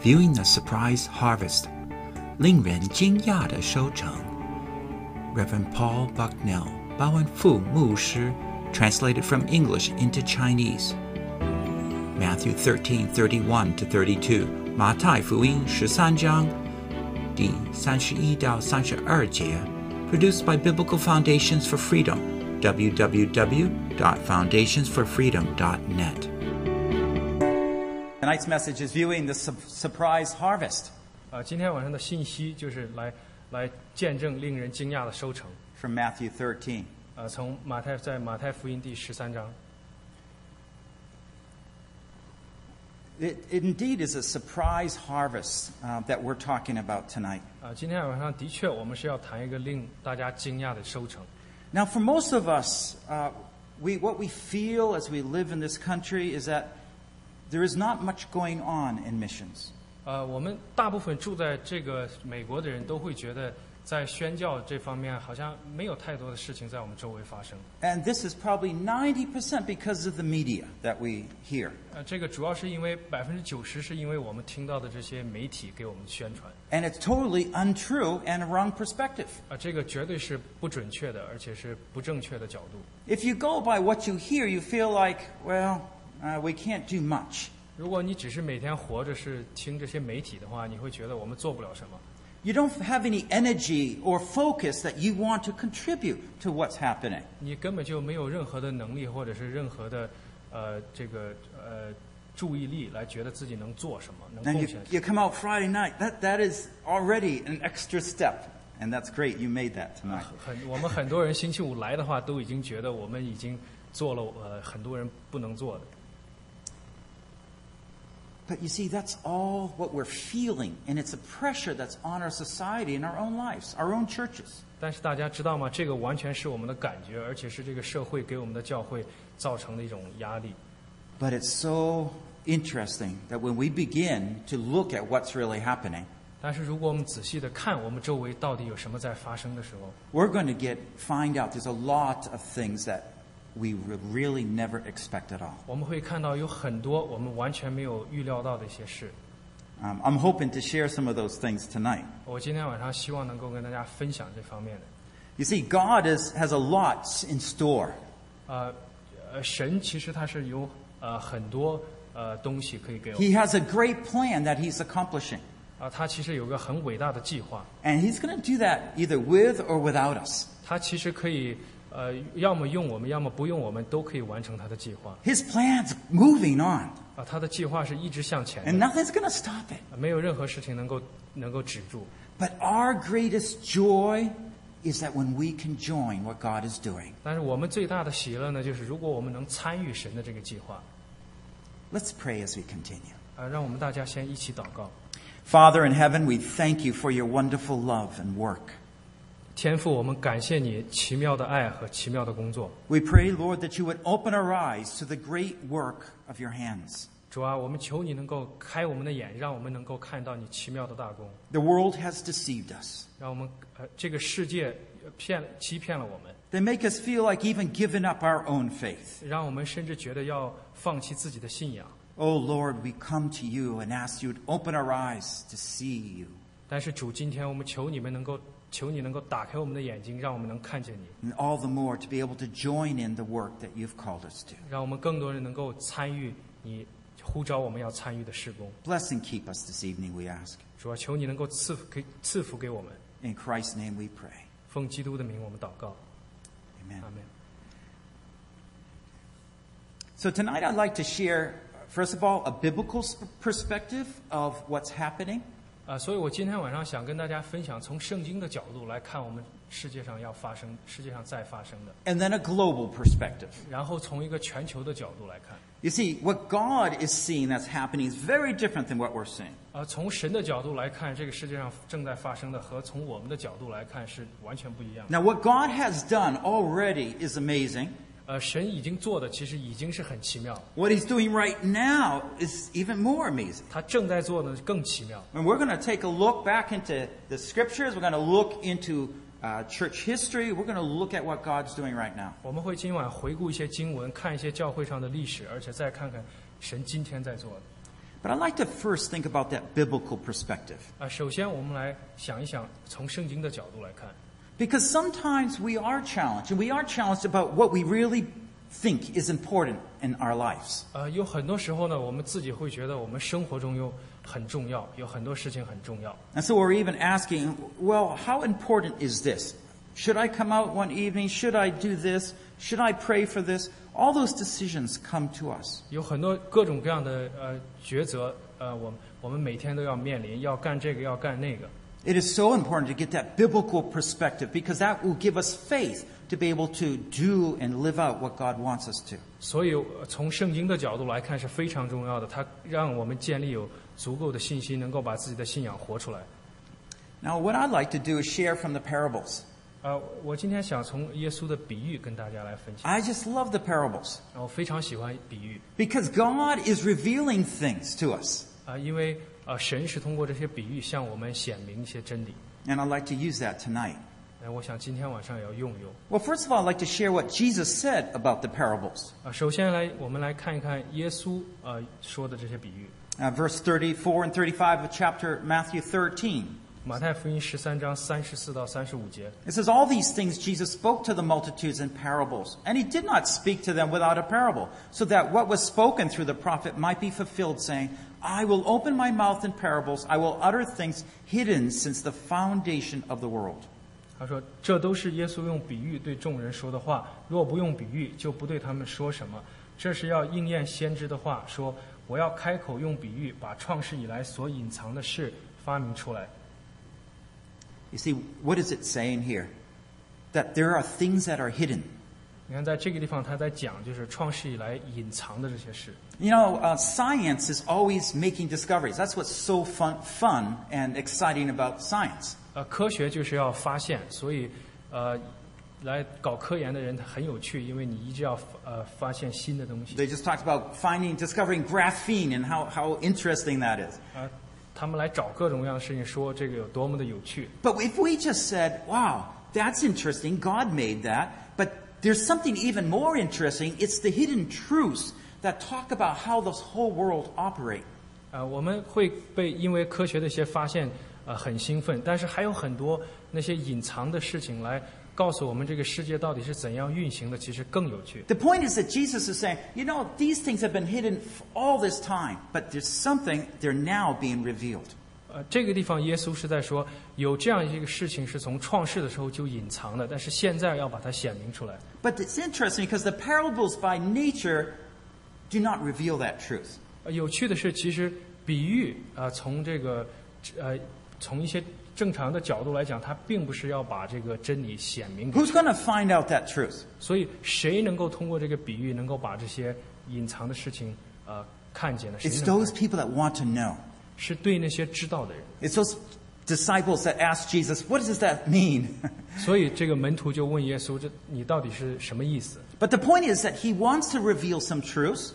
Viewing the surprise harvest，令人惊讶的收成。Reverend Paul Bucknell，巴文富牧师，translated from English into Chinese。Matthew 13:31 to 32，马太福音十三章第三十一到三十二节。Produced by Biblical Foundations for Freedom, www.foundationsforfreedom.net. Tonight's message is viewing the su- surprise harvest 啊，今天晚上的信息就是来来见证令人惊讶的收成。 from Matthew 13. 呃，从马太在马太福音第十三章， It, it indeed is a surprise harvest uh, that we're talking about tonight. 啊，今天晚上的确我们是要谈一个令大家惊讶的收成。 Now, for most of us, uh, we, what we feel as we live in this country is that there is not much going on in missions. 呃，我们大部分住在这个美国的人都会觉得，在宣教这方面好像没有太多的事情在我们周围发生。 And this is probably 90% because of the media that we hear. 呃，这个主要是因为百分之九十是因为我们听到的这些媒体给我们宣传， And it's totally untrue and a wrong perspective. 啊、这个绝对是不准确的，而且是不正确的角度。 If you go by what you hear, you feel like, well, uh, we can't do much. 如果你只是每天活着是听这些媒体的话，你会觉得我们做不了什么， You don't have any energy or focus that you want to contribute to what's happening. 你根本就没有任何的能力或者是任何的呃这个呃注意力来觉得自己能做什么，能 Then 贡 you, 献什么。 you come out Friday night. That, that is already an extra step. And that's great. You made that tonight. 很我们很多人星期五来的话，都已经觉得我们已经做了呃很多人不能做的。 But you see, that's all what we're feeling. And it's a pressure that's on our society and our own lives, our own churches. 但是大家知道吗？这个完全是我们的感觉，而且是这个社会给我们的教会造成的一种压力。 But it's so interesting that when we begin to look at what's really happening, 但是如果我们仔细的看我们周围到底有什么在发生的时候， we're going to get find out there's a lot of things that we re- really never expect at all. 我们会看到有很多我们完全没有预料到的一些事。 Um, I'm hoping to share some of those things tonight. 我今天晚上希望能够跟大家分享这方面的。 You see, God is, has a lot in store. 呃，呃，神其实他是有呃很多呃东西可以给我们 He has a great plan that He's accomplishing. 啊、他其实有个很伟大的计划， And He's going to do that either with or without us. 他其实可以呃要么用我们，要么不用我们，都可以完成他的计划啊、 His plan's moving on, 他的计划是一直向前 and 的， nothing's going to stop it. 没有任何事情能够能够止住。 But our greatest joy is that when we can join what God is doing. 但是我们最大的喜乐呢，就是如果我们能参与神的这个计划 Let's pray as we continue. 啊、让我们大家先一起祷告。 Father in heaven, we thank you for your wonderful love and work. 天父，我们感谢你奇妙的爱和奇妙的工作。 We pray, Lord, that you would open our eyes to the great work of your hands. 主啊，我们求你能够开我们的眼，让我们能够看到你奇妙的大功， The world has deceived us. 让我们呃这个世界呃骗欺骗了我们， They make us feel like even giving up our own faith. 让我们甚至觉得要放弃自己的信仰。 Oh Lord, we come to you and ask you to open our eyes to see you 但是主，今天我们求你们能够，求你能够打开我们的眼睛，让我们能看见你， and all the more to be able to join in the work that you've called us to. 让我们更多人能够参与你呼召我们要参与的事工。 Bless and keep us this evening, we ask. 主啊，求你能够赐福给赐福给我们， In Christ's name we pray. 奉基督的名我们祷告， Amen. 阿门。 So tonight I'd like to share, first of all, a biblical s- perspective of what's happening. 啊，所以我今天晚上想跟大家分享，从圣经的角度来看我们世界上要发生、世界上在发生的， and then a global perspective. 然后从一个全球的角度来看。 You see, what God is seeing that's happening is very different than what we're seeing. 啊，从神的角度来看，这个世界上正在发生的和从我们的角度来看是完全不一样的。 Now, what God has done already is amazing. 呃，神已经做的其实已经是很奇妙， What He's doing right now is even more amazing. 他正在做的更奇妙。 And we're going to take a look back into the scriptures. We're going to look into uh, church history. We're going to look at what God's doing right now. 我们会今晚回顾一些经文，看一些教会上的历史，而且再看看神今天在做的。 But I'd like to first think about that biblical perspective. 啊，首先我们来想一想，从圣经的角度来看， Because sometimes we are challenged, and we are challenged about what we really think is important in our lives. 呃，有很多时候呢，我们自己会觉得我们生活中有很重要，有很多事情很重要。 And so we're even asking, well, how important is this? Should I come out one evening? Should I do this? Should I pray for this? All those decisions come to us. 有很多各种各样的呃抉择，呃，我们我们每天都要面临，要干这个，要干那个。 It is so important to get that biblical perspective because that will give us faith to be able to do and live out what God wants us to. 所以呃从圣经的角度来看是非常重要的，它让我们建立有足够的信心，能够把自己的信仰活出来。 Now, what I'd like to do is share from the parables. 呃，我今天想从耶稣的比喻跟大家来分享， I just love the parables 啊我非常喜欢比喻 because God is revealing things to us. 啊、因为呃神是通过这些比喻向我们显明一些真理。 And I'd like to use that tonight. 呃，我想今天晚上也要用一用。 Well, first of all, I'd like to share what Jesus said about the parables. 啊，首先来，我们来看一看耶稣啊说的这些比喻。 Uh, verse 34 and 35 of chapter Matthew 13. 马太福音十三章三十四到三十五节， It says, All these things Jesus spoke to the multitudes in parables, and he did not speak to them without a parable, so that what was spoken through the prophet might be fulfilled, saying, I will open my mouth in parables, I will utter things hidden since the foundation of the world. 他说：“这都是耶稣用比喻对众人说的话，若不用比喻，就不对他们说什么。这是要应验先知的话，说我要开口用比喻，把创世以来所隐藏的事发明出来。 You see, what is it saying here? That there are things that are hidden. ”你看，在这个地方他在讲就是创世以来隐藏的这些事。 You know, uh, science is always making discoveries. That's what's so fun, fun and exciting about science. 呃，科学就是要发现，所以，呃，来搞科研的人他很有趣，因为你一直要呃发现新的东西。 They just talked about finding, discovering graphene and how, how interesting that is. 啊，他们来找各种各样的事情，说这个有多么的有趣。 But if we just said, wow, that's interesting, God made that, but there's something even more interesting, it's the hidden truths that talk about how this whole world operates. 呃，我们会被因为科学的一些发现，呃，很兴奋，但是还有很多那些隐藏的事情来告诉我们这个世界到底是怎样运行的，其实更有趣。 The point is that Jesus is saying, you know, these things have been hidden f- all this time, but there's something, they're now being revealed. 呃，这个地方耶稣是在说，有这样一个事情是从创世的时候就隐藏的，但是现在要把它显明出来。 But it's interesting because the parables by nature do not reveal that truth. 呃有趣的是，其实比喻啊、呃从这个呃，从一些正常的角度来讲，它并不是要把这个真理显明给 Who's going to find out that truth? 所以，谁能够通过这个比喻，能够把这些隐藏的事情呃看见呢？谁 It's 能够 those people that want to know. 是对那些知道的人。 It's those disciples that ask Jesus, what does that mean? 所以，这个门徒就问耶稣：“这你到底是什么意思 but the point is that he wants to reveal some truths.？”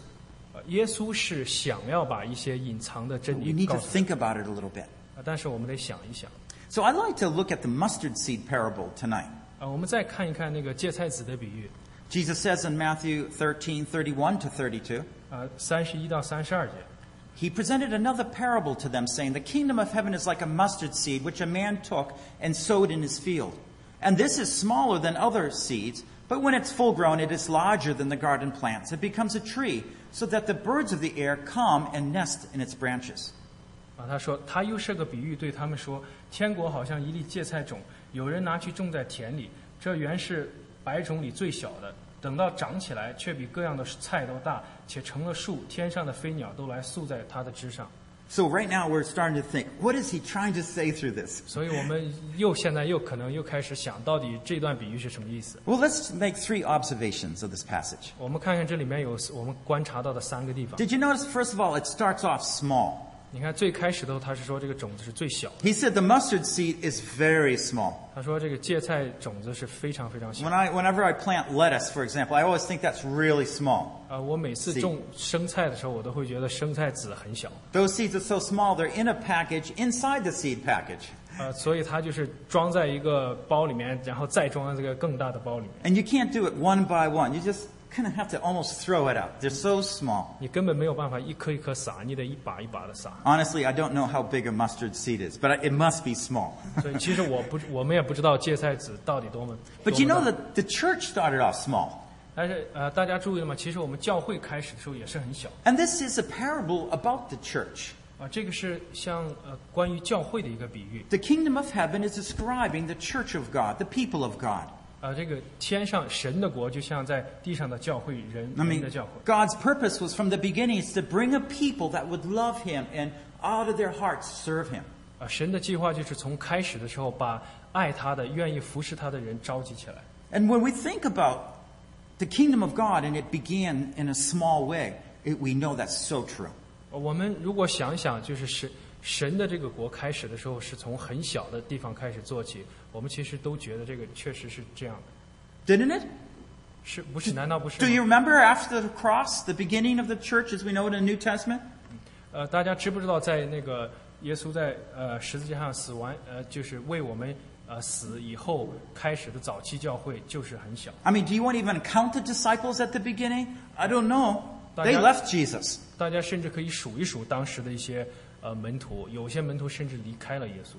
呃耶稣是想要把一些隐藏的真 We 理 need 告 to 诉， think about it a little bit. 呃但是我们得想一想。 So I'd like to look at the mustard seed parable tonight. 啊，我们再看一看那个芥菜籽的比喻， Jesus says in Matthew 13, 31 to 32, 啊，三十一到三十二节。 He presented another parable to them, saying, The kingdom of heaven is like a mustard seed, which a man took and sowed in his field. And this is smaller than other seeds, but when it's full grown, it is larger than the garden plants. It becomes a tree, so that the birds of the air come and nest in its branches. 啊，他说他又设个比喻，对他们说：天国好像一粒芥菜种，有人拿去种在田里，这原是百种里最小的。等到长起来，却比各样的菜都大，且成了树，天上的飞鸟都来宿在它的枝上。 So right now we're starting to think, what is he trying to say through this? 所以我们又现在又可能又开始想到底这段比喻是什么意思？ Well, let's make three observations of this passage. 我们看看这里面有我们观察到的三个地方。 Did you notice, first of all, it starts off small. 你看最开始的时候，他是说这个种子是最小的， He said the mustard seed is very small. 他说这个芥菜种子是非常非常小的。 When I, whenever I plant lettuce, for example, I always think that's really small. 啊，我每次种生菜的时候，我都会觉得生菜籽很小。 Those seeds are so small, they're in a package inside the seed package. 呃，所以它就是装在一个包里面，然后再装在这个更大的包里面。 And you can't do it one by one. You just kind of have to almost throw it up. They're so small. 你根本没有办法一颗一颗撒，你得一把一把的撒。 Honestly, I don't know how big a mustard seed is, but it must be small. 所以其实我不，我们也不知道芥菜籽到底多么。 But you 多 know 么大 that the church started off small. 但是呃，大家注意了吗？其实我们教会开始的时候也是很小 And this is a parable about the church. 啊、这个是像呃关于教会的一个比喻 The kingdom of heaven is describing the church of God, the people of God. 啊、这个天上神的国就像在地上的教会，人 I 人的 mean, 教会。 God's purpose was from the beginning is to bring a people that would love Him and out of their hearts serve Him. 啊，神的计划就是从开始的时候把爱他的、愿意服侍他的人召集起来。 And when we think about the kingdom of God and it began in a small way, it, we know that's so true. 呃我们如果想想，就是神神的这个国开始的时候是从很小的地方开始做起，我们其实都觉得这个确实是这样的， Didn't it? 是不是？难道不是 Do 吗 you remember after the cross, the beginning of the church as we know it in the New Testament? 呃，大家知不知道在那个耶稣在呃十字架上死完，呃，就是为我们呃死以后开始的早期教会就是很小。 I mean, do you want to even count the disciples at the beginning? I don't know. They Daniel- left Jesus. 大家甚至可以数一数当时的一些呃门徒，有些门徒甚至离开了耶稣。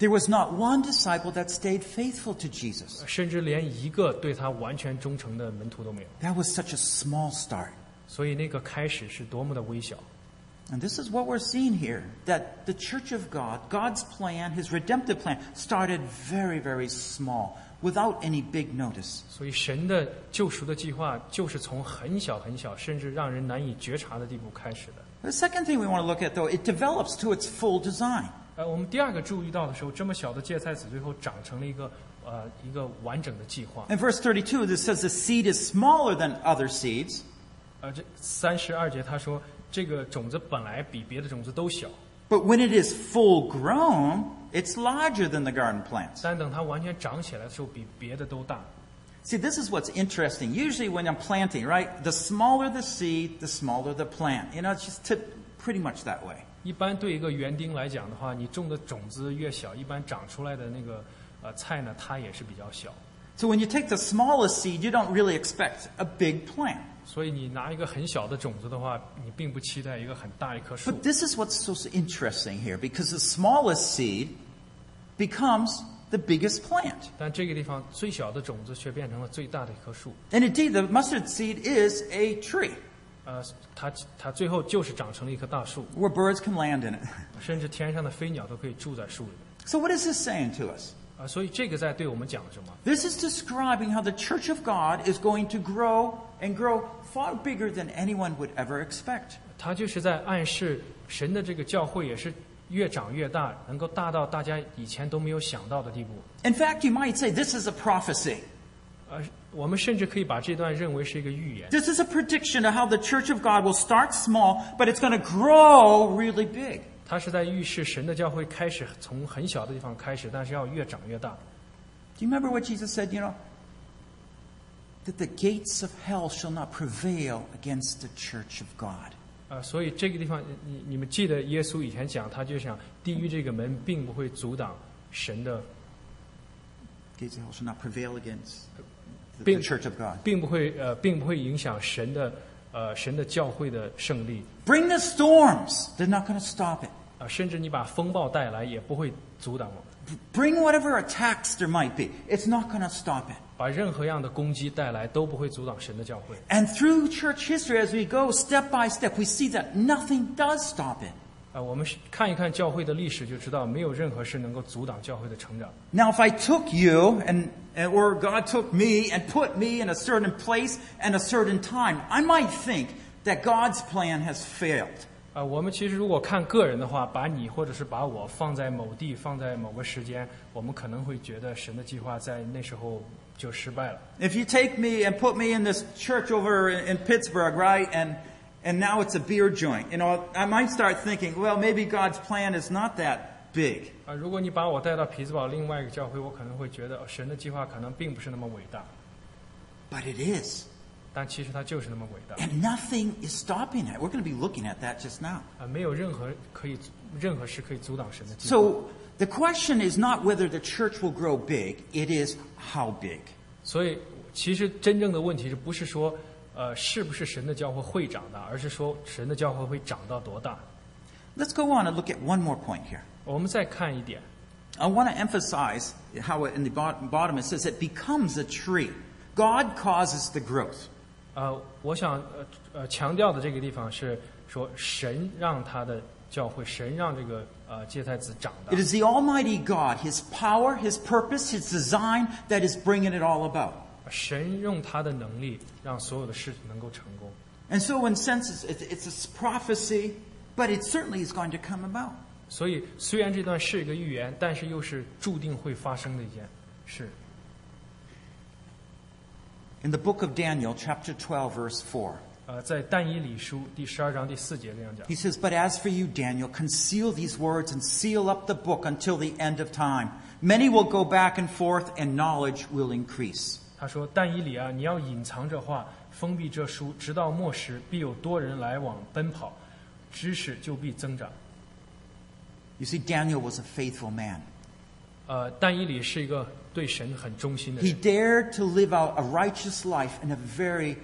There was not one disciple that stayed faithful to Jesus. 甚至连一个对他完全忠诚的门徒都没有。 That was such a small start. 所以那个开始是多么的微小。 And this is what we're seeing here that the church of God, God's plan, his redemptive plan, started very, very small without any big notice. 所以神的救赎的计划就是从很小很小，甚至让人难以觉察的地步开始的。 The second thing we want to look at, though, it develops to its full design. 呃，我们第二个注意到的时候，这么小的芥菜籽最后长成了一个呃一个完整的计划。 In verse 32, this says the seed is smaller than other seeds. 呃，这三十二节他说，这个种子本来比别的种子都小， But when it is full grown, it's larger than the garden plants. 但等它完全长起来的时候，比别的都大。 See, this is what's interesting. Usually, when I'm planting, right, the smaller the seed, the smaller the plant. You know, it's just tip pretty much that way. 一般对一个园丁来讲的话，你种的种子越小，一般长出来的那个呃菜呢，它也是比较小。 So, when you take the smallest seed, you don't really expect a big plant. 所以你拿一个很小的种子的话，你并不期待一个很大一棵树 But。this is what's so interesting here because the smallest seed becomes the biggest plant. 但这个地方最小的种子却变成了最大的一棵树， And indeed, the mustard seed is a tree 呃，它它最后就是长成了一棵大树， where birds can land in it. 甚至天上的飞鸟都可以住在树里面。 So, what is this saying to us? 啊、所以这个在对我们讲什么？ This is describing how the church of God is going to grow and grow far bigger than anyone would ever expect. 它就是在暗示神的这个教会也是越长越大，能够大到大家以前都没有想到的地步。 In fact, you might say this is a prophecy. 呃，我们甚至可以把这段认为是一个预言， This is a prediction of how the church of God will start small, but it's going to grow really big. 它是在预示神的教会开始从很小的地方开始，但是要越长越大。 Do you remember what Jesus said? You know, that the gates of hell shall not prevail against the church of God. 啊，所以这个地方，你你你们记得耶稣以前讲，他就想地狱这个门并不会阻挡神的， Gates of hell shall not prevail against the, the Big- church of God. 并不会呃，并不会影响神的呃神的教会的胜利 Bring the storms, they're not going to stop it. 啊、甚至你把风暴带来也不会阻挡我们， Bring whatever attacks there might be, it's not going to stop it. 把任何样的攻击带来都不会阻挡神的教会。 And through church history, as we go step by step, we see that nothing does stop it. 啊、我们是看一看教会的历史就知道，没有任何事能够阻挡教会的成长。 Now, if I took you and and- or God took me and put me in a certain place and a certain time, I might think that God's plan has failed. 啊、我们其实如果看个人的话，把你或者是把我放在某地、放在某个时间，我们可能会觉得神的计划在那时候就失败了。 If you take me and put me in this church over in, in Pittsburgh, right, and and now it's a beer joint, you know, I might start thinking, well, maybe God's plan is not that big. 啊、如果你把我带到匹兹堡另外一个教会，我可能会觉得、哦神的计划可能并不是那么伟大， But it is. 但其实它就是那么伟大。 And nothing is stopping it. We're going to be looking at that just now. 啊、没有任何可以任何事可以阻挡神的计划。 So the question is not whether the church will grow big, it is how big. 所以，其实真正的问题是不是说呃是不是神的教会会长大，而是说神的教会会长到多大。 Let's go on and look at one more point here. 我们再看一点， I want to emphasize how in the bot- bottom it says it becomes a tree. God causes the growth. 呃，我想呃呃强调的这个地方是说神让他的教会，神让这个呃芥菜籽长大 It。is the Almighty God, His power, His purpose, His design that is bringing it all about. 神用他的能力让所有的事情能够成功。 And so, in senses, it's, it's a prophecy, but it certainly is going to come about. 所以虽然这段是一个预言，但是又是注定会发生的一件事。 In the book of Daniel, chapter 12, verse 4, 呃，在但以理书第十二章第四节这样讲 he says, But as for you, Daniel, conceal these words and seal up the book until the end of time. Many will go back and forth, and knowledge will increase. 他说：“但以理啊，你要隐藏这话，封闭这书，直到末时，必有多人来往奔跑，知识就必增长。 You see, Daniel was a faithful man. ”呃，但以理是一个对神很忠心的 He 人， dared to live out a righteous life in a very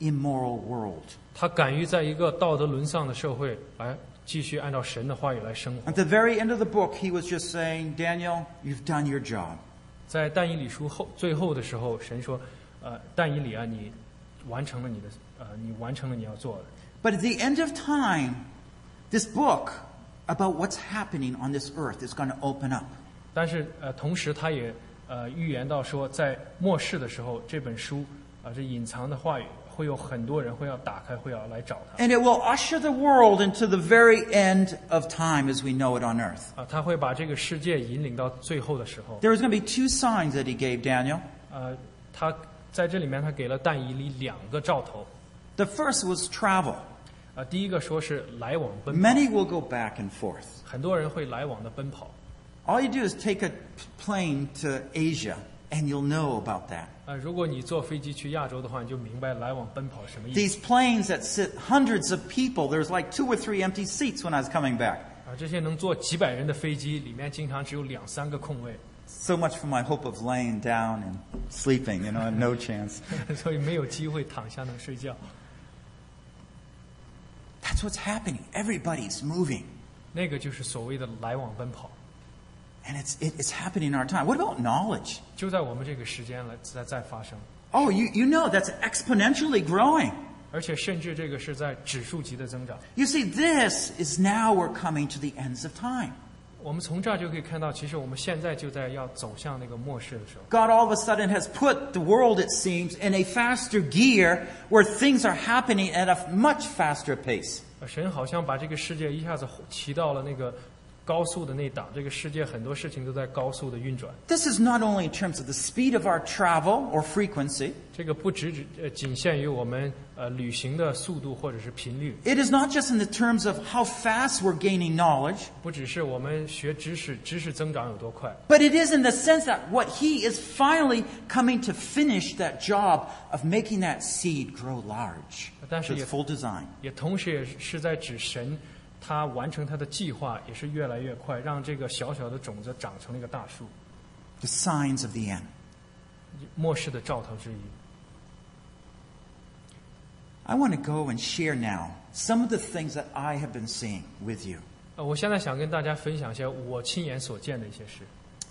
immoral world. 他敢于在一个道德沦丧的社会来继续按照神的话语来生活。 At the very end of the book, he was just saying, Daniel, you've done your job. 在但以理书后最后的时候，神说：“呃，但以理啊，你完成了你的呃，你完成了你要做的。 But at the end of time, this book about what's happening on this earth is going to open up. ”但是呃，同时他也呃预言到说，在末世的时候，这本书啊、这隐藏的话语会有很多人会要打开，会要来找他 And it will usher the world into the very end of time as we know it on earth. 啊、他会把这个世界引领到最后的时候。 There was going to be two signs that he gave Daniel. 呃，他在这里面他给了但以理两个兆头， The first was travel. 呃，第一个说是来往奔跑， Many will go back and forth. 很多人会来往的奔跑。 All you do is take a plane to Asia, and you'll know about that. 呃，如果你坐飞机去亚洲的话，你就明白来往奔跑什么意思。 These planes that sit hundreds of people, there's like two or three empty seats when I was coming back. 啊，这些能坐几百人的飞机里面，经常只有两三个空位， So much for my hope of laying down and sleeping, you know, and no chance. 所以没有机会躺下能睡觉。 That's what's happening. Everybody's moving, 那个就是所谓的来往奔跑， and it's, it, it's happening in our time. What about knowledge? 就在我们这个时间来在在发生， Oh, you, you know, that's exponentially growing. 而且甚至这个是在指数级的增长。 You see, this is now we're coming to the ends of time. 我们从这儿就可以看到，其实我们现在就在要走向那个末世的时候。 God all of a sudden has put the world, it seems, in a faster gear where things are happening at a much faster pace. 呃神好像把这个世界一下子骑到了那个高速的那档，这个世界很多事情都在高速的运转。 This is not only in terms of the speed of our travel or frequency, 这个不只只呃仅限于我们呃旅行的速度或者是频率， it is not just in the terms of how fast we're gaining knowledge, 不只是我们学知识，知识增长有多快， but it is in the sense that what He is finally coming to finish that job of making that seed grow large. That's to its it. full design. 也同时也是在指神，他完成他的计划也是越来越快，让这个小小的种子长成了一个大树。 The signs of the end. 末世的兆头之一。 I want to go and share now some of the things that I have been seeing with you. 呃，我现在想跟大家分享一些我亲眼所见的一些事。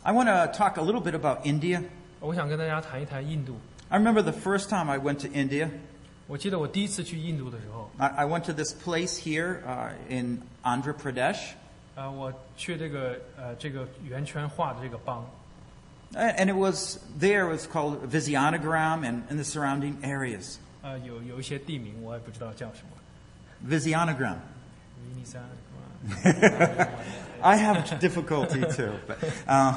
呃 I want to talk a little bit about India. 我想跟大家谈一谈印度。 I remember the first time I went to India. 我记得我第一次去印度的时候， I, I went to this place here uh, in Andhra Pradesh, 呃，我去这个呃这个圆圈画的这个邦， a- and it was there. It was called Vizianagram, and in the surrounding areas. 呃有有一些地名我也不知道叫什么。 Vizianagram. 维尼三， I have difficulty too, but uh,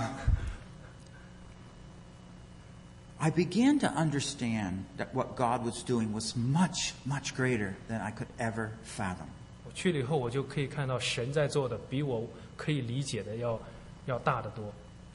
I began to understand that what God was doing was much, much greater than I could ever fathom. 我去了以后，我就可以看到神在做的比我可以理解的要要大得多。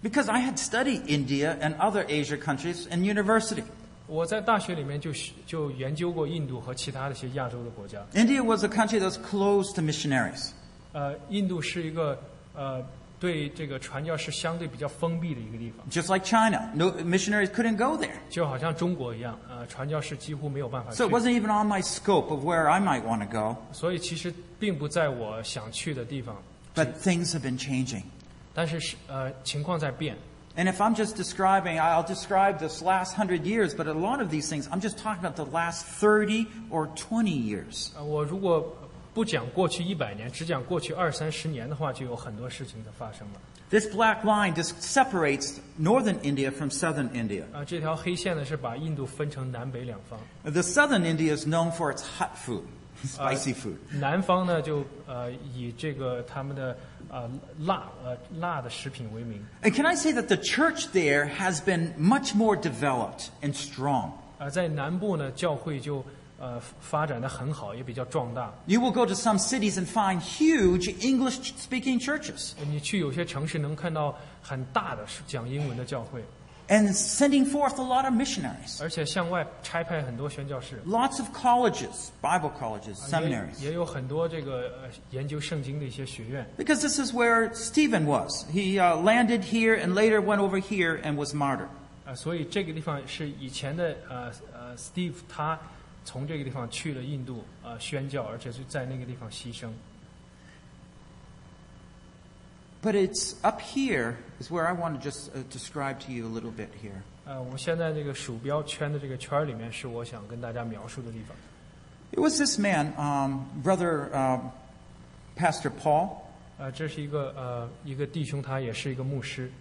Because I had studied India and other Asia countries in university. 我在大学里面就学就研究过印度和其他的一些亚洲的国家。呃 India was a country that was closed to missionaries. 呃，印度是一个呃对这个传教是相对比较封闭的一个地方， just like China. No missionaries couldn't go there. 就好像中国一样，呃，传教士几乎没有办法 So it 去。 wasn't even on my scope of where I might want to go. 所以其实并不在我想去的地方， But things have been changing. 但是是呃情况在变。 And if I'm just describing, I'll describe this last hundred years, but a lot of these things, I'm just talking about the last 30 or 20 years. 呃我如果不讲过去一百年，只讲过去二三十年的话，就有很多事情的发生了。 This black line just separates northern India from southern India. 啊、这条黑线呢是把印度分成南北两方， The southern India is known for its hot food, spicy food. 南方呢就呃以这个他们的呃辣呃辣的食品为名。 And can I say that the church there has been much more developed and strong? 而呃在南部呢，教会就呃发展的很好，也比较壮大。 You will go to some cities and find huge English speaking churches 你去有些城市能看到很大的讲英文的教会， and sending forth a lot of missionaries. 而且向外差派很多宣教士， Lots of colleges, Bible colleges, 也 seminaries. 也有很多这个呃研究圣经的一些学院。 Because this is where Stephen was. He uh, landed here and later went over here and was martyred. 啊，所以这个地方是以前的呃呃 Steve 他从这个地方去了印度呃宣教，而且是在那个地方牺牲。 But it's up here is where I want to just uh, describe to you a little bit here. 呃，我现在这个鼠标圈的这个圈儿里面是我想跟大家描述的地方。 It was this man, um, brother um, Pastor Paul. 呃，这是一个呃一个弟兄，他也是一个牧师。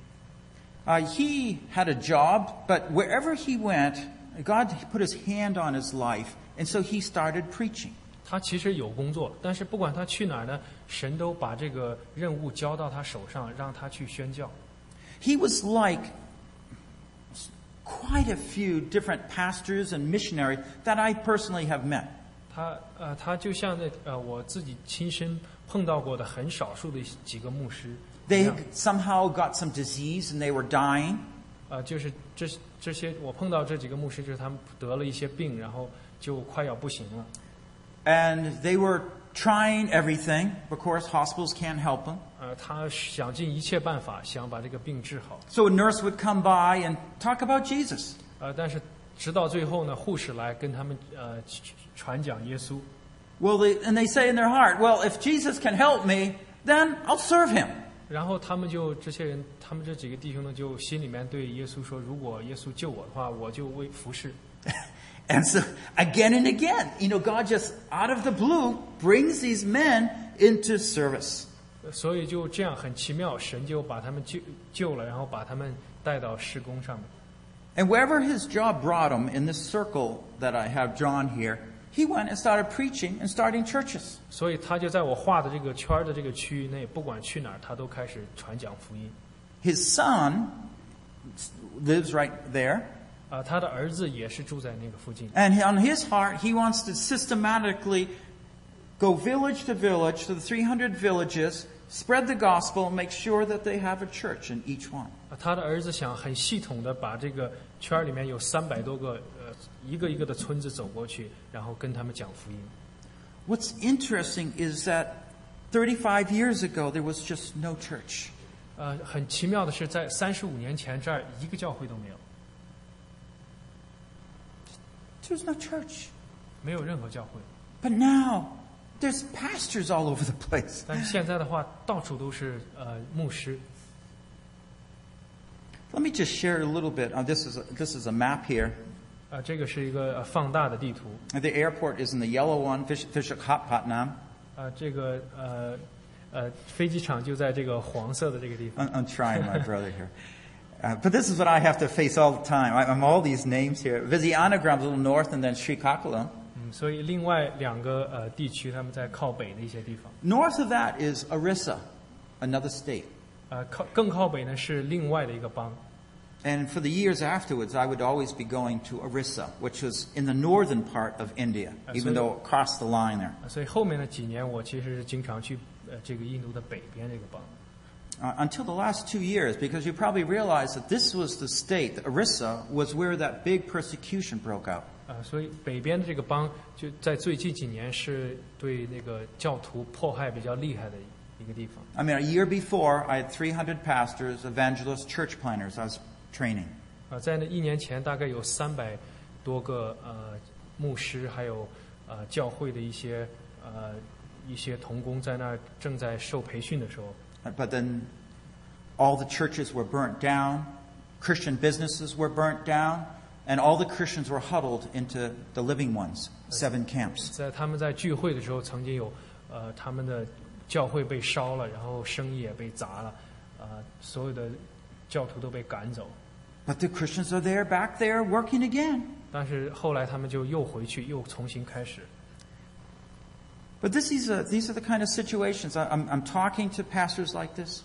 Uh, he had a job, but wherever he went, God put his hand on his life, and so he started preaching. 他其实有工作，但是不管他去哪儿呢，神都把这个任务交到他手上，让他去宣教。 He was like quite a few different pastors and missionaries that I personally have met. 他呃，他就像那呃我自己亲身碰到过的很少数的几个牧师一 They 样， somehow got some disease and they were dying. 呃，就是这这些我碰到这几个牧师，就是他们得了一些病，然后就快要不行了。 And they were trying everything. Of course, hospitals can't help them. 呃，他想尽一切办法想把这个病治好， So a nurse would come by and talk about Jesus. 呃，但是直到最后呢，护士来跟他们呃传讲耶稣， Well, they, and they say in their heart, well, if Jesus can help me, then I'll serve him. 然后他们就这些人，他们这几个弟兄呢，就心里面对耶稣说：“如果耶稣救我的话，我就为服侍。 And so again and again, you know, God just out of the blue brings these men into service. ”呃所以就这样很奇妙，神就把他们救救了，然后把他们带到施工上面。 And wherever his job brought him in this circle that I have drawn here, he went and started preaching and starting churches. 所以他就在我画的这个圈儿的这个区域内，不管去哪儿，他都开始传讲福音。 His son lives right there, 啊、他的儿子也是住在那个附近， and on his heart, he wants to systematically go village to village to the 300 villages, spread the gospel, and make sure that they have a church in each one. 啊他的儿子想很系统的把这个圈儿里面有三百多个呃一个一个的村子走过去，然后跟他们讲福音。 What's interesting is that 35 years ago, there was just no church. 呃，很奇妙的是，在三十五年前这儿一个教会都没有， There was no church. 没有任何教会。 But now, there's pastors all over the place. 但是现在的话，到处都是呃牧师。 Let me just share a little bit. Uh, this, is a, this is a map here. 呃，这个是一个、呃放大的地图。 The airport is in the yellow one, Vish- Vishakhapatnam. 呃，这个呃呃飞机场就在这个黄色的这个地方。 I'm, I'm trying my brother here. Uh, but this is what I have to face all the time. I, I'm all these names here. Vizianagram's a little north and then Srikakulam. 嗯，所以另外两个呃地区，他们在靠北的一些地方。 North of that is Orissa, another state. 呃，靠更靠北呢是另外的一个邦。 And for the years afterwards, I would always be going to Orissa, which was in the northern part of India, even Absolutely. though it crossed the line there. 呃所以后面的几年，我其实是经常去呃这个印度的北边这个邦。 Uh, until the last two years, because you probably realize that this was the state, that Orissa was where that big persecution broke out. 呃，所以北边的这个邦就在最近几年是对那个教徒迫害比较厉害的一个地方。 I mean, a year before, I had 300 pastors, evangelists, church planners I was training. 啊，在那一年前，大概有三百多个呃牧师，还有呃教会的一些呃一些童工在那儿正在受培训的时候， But then all the churches were burnt down, Christian businesses were burnt down, and all the Christians were huddled into the living ones, seven camps. 在他们在聚会的时候，曾经有呃他们的教会被烧了，然后生意也被砸了，呃，所有的教徒都被赶走。 But the Christians are there, back there, working again. 但是后来他们就又回去，又重新开始。 But this, these, are, these are the kind of situations. I, I'm, I'm talking to pastors like this.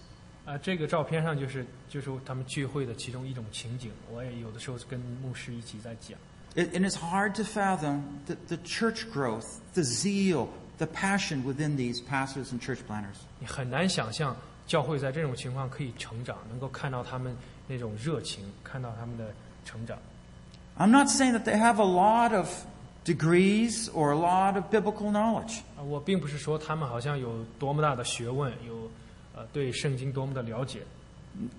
啊、这个照片上就是就是他们聚会的其中一种情景。我也有的时候跟牧师一起在讲。 It, and it's hard to fathom the, the church growth, the zeal, the passion within these pastors and church planners. 你很难想象教会在这种情况可以成长，能够看到他们那种热情，看到他们的成长。 I'm not saying that they have a lot of degrees or a lot of biblical knowledge. 啊，我并不是说他们好像有多么大的学问，有呃对圣经多么的了解，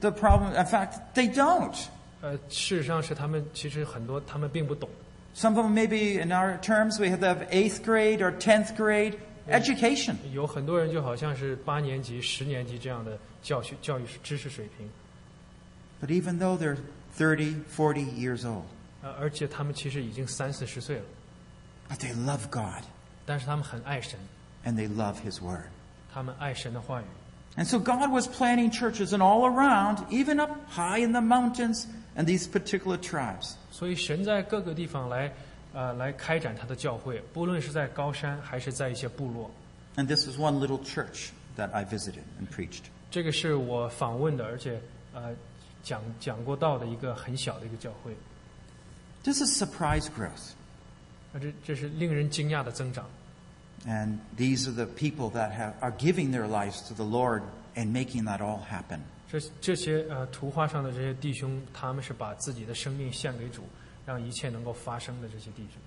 The problem, in fact, they don't. 呃，事实上是他们其实很多他们并不懂。 Some of them, maybe in our terms, we have to have eighth grade or tenth grade education. 有很多人就好像是八年级、十年级这样的教学教育知识水平， But even though they're 30, 40 years old, 呃，而且他们其实已经三四十岁了， but they love God 但是他们很爱神， and they love His Word. 他们爱神的话语。 And so God was planting churches and all around, even up high in the mountains and these particular tribes. 所以神在各个地方来，呃，来开展他的教会，不论是在高山还是在一些部落。 And this was one little church that I visited and preached. 这个是我访问的，而且呃讲讲过道的一个很小的一个教会， This is surprise growth. 那这这是令人惊讶的增长。 And these are the people that have, are giving their lives to the Lord and making that all happen. 这这些呃图画上的这些弟兄，他们是把自己的生命献给主，让一切能够发生的这些弟兄。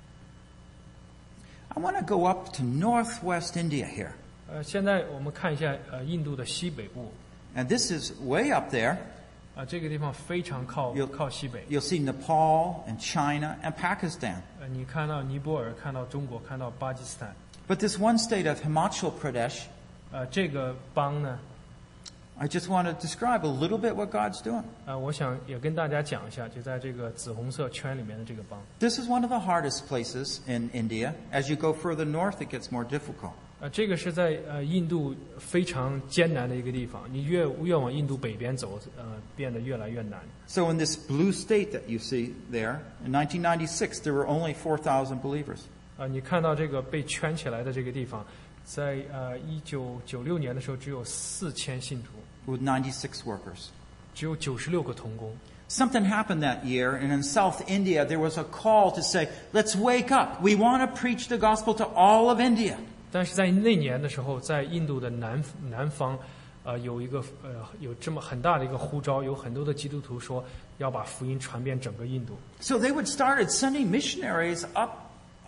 I want to go up to northwest India here. 呃，现在我们看一下呃印度的西北部， And this is way up there. 啊、这个地方非常靠有靠西北。 You'll see Nepal and China and Pakistan. 呃，你看到尼泊尔，看到中国，看到巴基斯坦， But this one state of Himachal Pradesh, 呃，这个邦呢， I just want to describe a little bit what God's doing. 呃，我想也跟大家讲一下，就在这个紫红色圈里面的这个邦， This is one of the hardest places in India. As you go further north, it gets more difficult. 呃，这个是在呃印度非常艰难的一个地方，你越越往印度北边走，呃，变得越来越难。 So, in this blue state that you see there, in 1996, there were only 4,000 believers. 呃，你看到这个被圈起来的这个地方，在呃一九九六年的时候只有四千信徒， with 96 workers. 只有九十六个童工。 Something happened that year, and in South India, there was a call to say, Let's wake up. We want to preach the gospel to all of India. 但是在那年的时候，在印度的南南方，呃，有一个呃有这么很大的一个呼召，有很多的基督徒说要把福音传遍整个印度。 So they would started sending missionaries up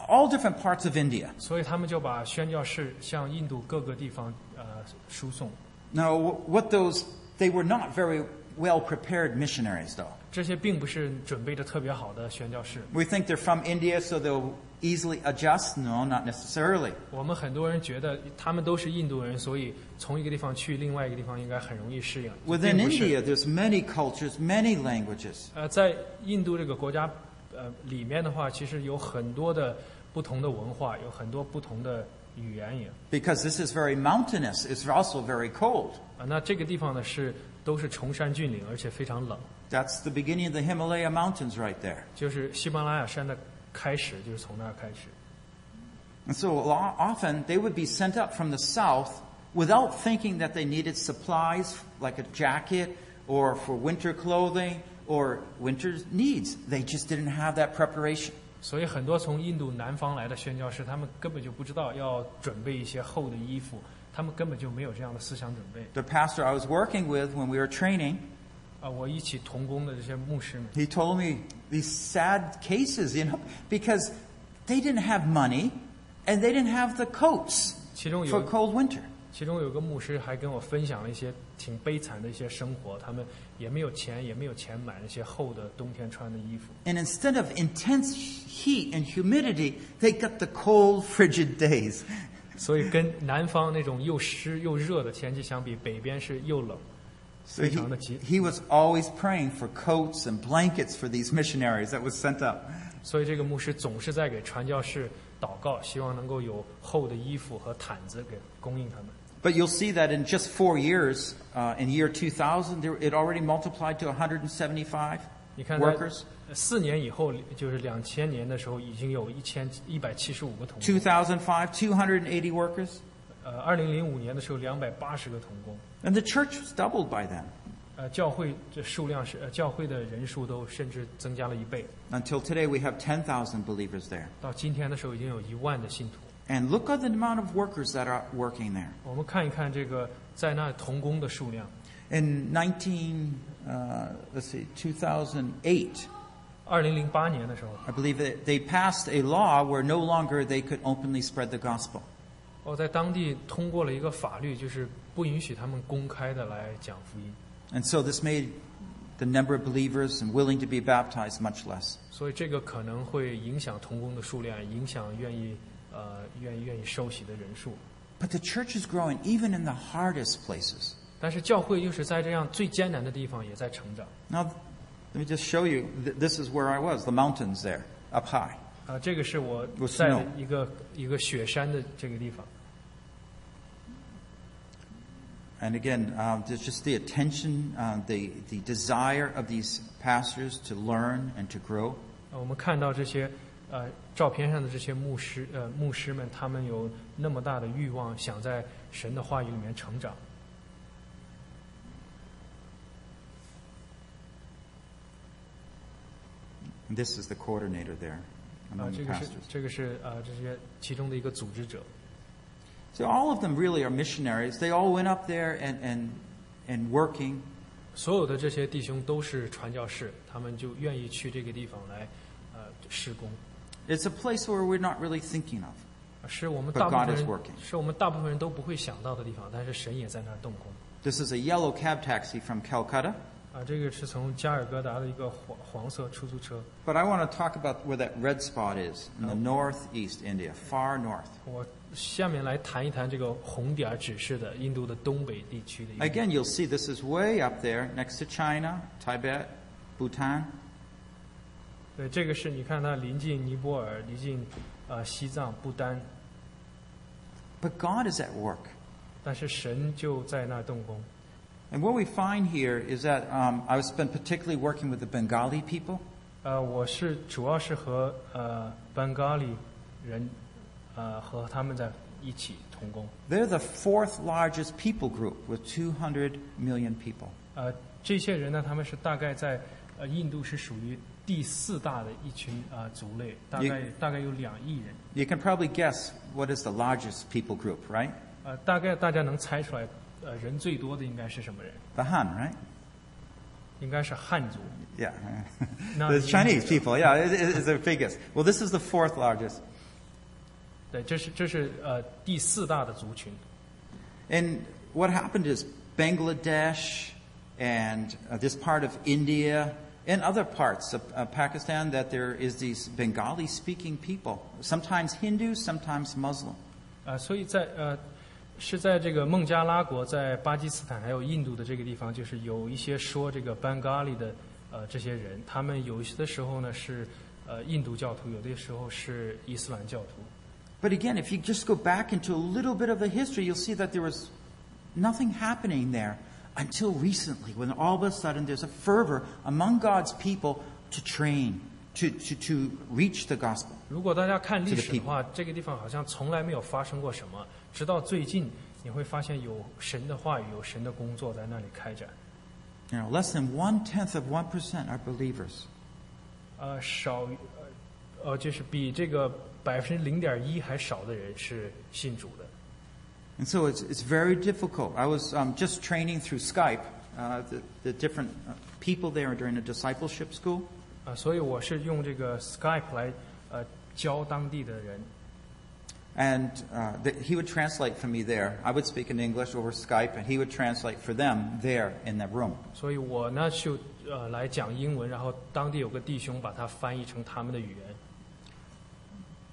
all different parts of India. 所以他们就把宣教士向印度各个地方呃输送。 Now, what those, they were not very well prepared missionaries, though. 这些并不是准备的特别好的宣教士。 We think they're from India, so they'll easily adjust. No, not necessarily. 我们很多人觉得他们都是印度人，所以从一个地方去另外一个地方应该很容易适应。并 Within 不是 India, there's many cultures, many languages. 呃，在印度这个国家呃里面的话，其实有很多的不同的文化，有很多不同的语言也。 Because this is very mountainous, it's also very cold. 啊，那这个地方呢是都是崇山峻岭，而且非常冷， That's the beginning of the Himalaya Mountains right there. 就是喜马拉雅山的开始，就是从那儿开始。 And so a lo- often they would be sent up from the south without thinking that they needed supplies like a jacket or for winter clothing or winter needs. They just didn't have that preparation. 所以很多从印度南方来的宣教士，他们根本就不知道要准备一些厚的衣服，他们根本就没有这样的思想准备。 The pastor I was working with when we were training, 啊，我一起同工的这些牧师们， he told me these sad cases, you know, because they didn't have money and they didn't have the coats 其中 for 有 cold winter. 其中有个牧师还跟我分享了一些挺悲惨的一些生活，他们也没有钱，也没有钱买那些厚的冬天穿的衣服。 And instead of intense heat and humidity, they got the cold, frigid days. 所以跟南方那种又湿又热的天气相比，北边是又冷， So 非 he, 常的极。 he was always praying for coats and blankets for these missionaries that was sent up. 所以这个牧师总是在给传教士祷告，希望能够有厚的衣服和毯子给供应他们。 But you'll see that in just four years, uh, in year 2000, there, it already multiplied to 175你看在 workers. 四年以后，就是两千年的时候，已经有一千一百七十五个童工。 2005, 280 workers. 呃，二零零五年的时候，两百八十个童工。 And the church was doubled by then 呃，教会这数量是、呃、教会的人数都甚至增加了一倍， until today we have 10,000 believers there. 到今天的时候已经有一万的信徒。 And look at the amount of workers that are working there. 我们看一看这个在那童工的数量。 In 19, uh, let's see, 2008, 二零零八年的时候， I believe that they passed a law where no longer they could openly spread the gospel. 我在当地通过了一个法律，就是不允许他们公开的来讲福音， And so this made the number of believers and willing to be baptized much less. 所以这个可能会影响童工的数量，影响愿意呃愿意愿意受洗的人数。 But the church is growing even in the hardest places. 但是教会又是在这样最艰难的地方也在成长。 Now, let me just show you. Th- This is where I was, the mountains there, up high. 啊、这个是我 With 在 snow 一个一个雪山的这个地方。 And again, um, there's just the attention, uh, the, the desire of these pastors to learn and to grow. 呃我们看到这些呃照片上的这些牧师呃牧师们，他们有那么大的欲望，想在神的话语里面成长。 And this is the coordinator there 啊、 among 这 the 个是 pastors. 这个是呃这些其中的一个组织者， So all of them really are missionaries. They all went up there and, and, and working. 所有的这些弟兄都是传教士，他们就愿意去这个地方来呃施工， It's a place where we're not really thinking of. 是我们 But 大部 God 分 is 人 working. 是我们大部分人都不会想到的地方，但是神也在那儿动工。 This is a yellow cab taxi from Calcutta. 啊，这个是从加尔各答的一个黄黄色出租车。 But I want to talk about where that red spot is in the northeast India, far north. 我下面来谈一谈这个红点儿指示的印度的东北地区的一个 Again, you'll see this is way up there next to China, Tibet, Bhutan. 对，这个是你看它临近尼泊尔，临近呃西藏、不丹， But God is at work. 但是神就在那儿动工。 And what we find here is that um, I've been particularly working with the Bengali people. 呃，我是主要是和呃班嘎里人，呃和他们在一起同工。 They're the fourth largest people group with 200 million people. 呃，这些人呢，他们是大概在呃印度是属于第四大的一群呃族类，大你概大概有两亿人。 You can probably guess what is the largest people group, right? 呃，大概大家能猜出来，呃人最多的应该是什么人？ The Han, right? 应该是汉族。 Yeah. Not the the Chinese Indians. people, yeah, it, it- it's the biggest. Well, this is the fourth largest. 对，这是这是呃第四大的族群。 And what happened is Bangladesh and uh, this part of India and other parts of uh, Pakistan that there is these Bengali speaking people, sometimes Hindu, sometimes Muslim. 啊，所以在呃，是在这个孟加拉国、在巴基斯坦还有印度的这个地方，就是有一些说这个班嘎利的呃这些人，他们有些的时候呢是呃印度教徒，有的时候是伊斯兰教徒。 But again, if you just go back into a little bit of the history, you'll see that there was nothing happening there until recently, when all of a sudden there's a fervor among God's people to train, to, to, to reach the gospel. 如果大家看历史的话，这个地方好像从来没有发生过什么，直到最近你会发现有神的话语，有神的工作在那里开展。 You know, less than one tenth of 1% are believers. 呃，少于呃呃，就是比这个百分之零点一还少的人是信主的。 And so it's, it's very difficult. I was um, just training through Skype uh, the, the different uh, people there during a discipleship school. 啊，所以我是用这个 Skype 来呃教当地的人。 And uh, th- he would translate for me there. I would speak in English over Skype, and he would translate for them there in the room. 所以我呢就呃来讲英文，然后当地有个弟兄把它翻译成他们的语言。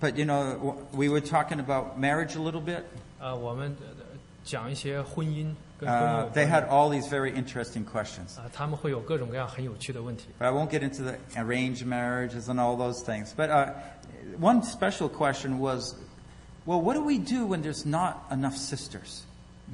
But you know, w- we were talking about marriage a little bit. 呃，我们呃讲一些婚姻跟婚姻 Uh, 有 they 关的 had all these very interesting questions. 啊，他们会有各种各样很有趣的问题。 But I won't get into the arranged marriages and all those things. But uh, one special question was, well, what do we do when there's not enough sisters?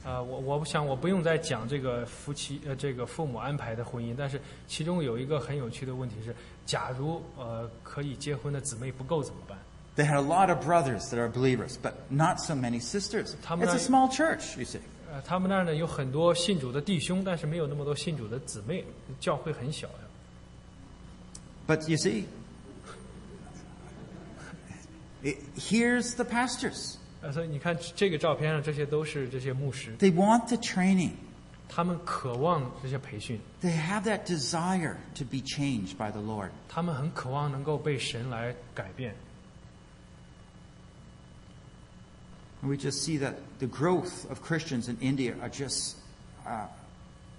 啊、我我不想我不用再讲这个夫妻呃这个父母安排的婚姻，但是其中有一个很有趣的问题是，假如呃可以结婚的姊妹不够怎么办？ They had a lot of brothers that are believers, but not so many sisters. Tam- It's a small church, you see. 呃，他们那儿呢有很多信主的弟兄，但是没有那么多信主的姊妹，教会很小呀。 But you see, it, here's the pastors. 呃，所以你看这个照片上，这些都是这些牧师， They want the training. 他们渴望这些培训， They have that desire to be changed by the Lord. 他们很渴望能够被神来改变。 And we just see that the growth of Christians in India are just uh,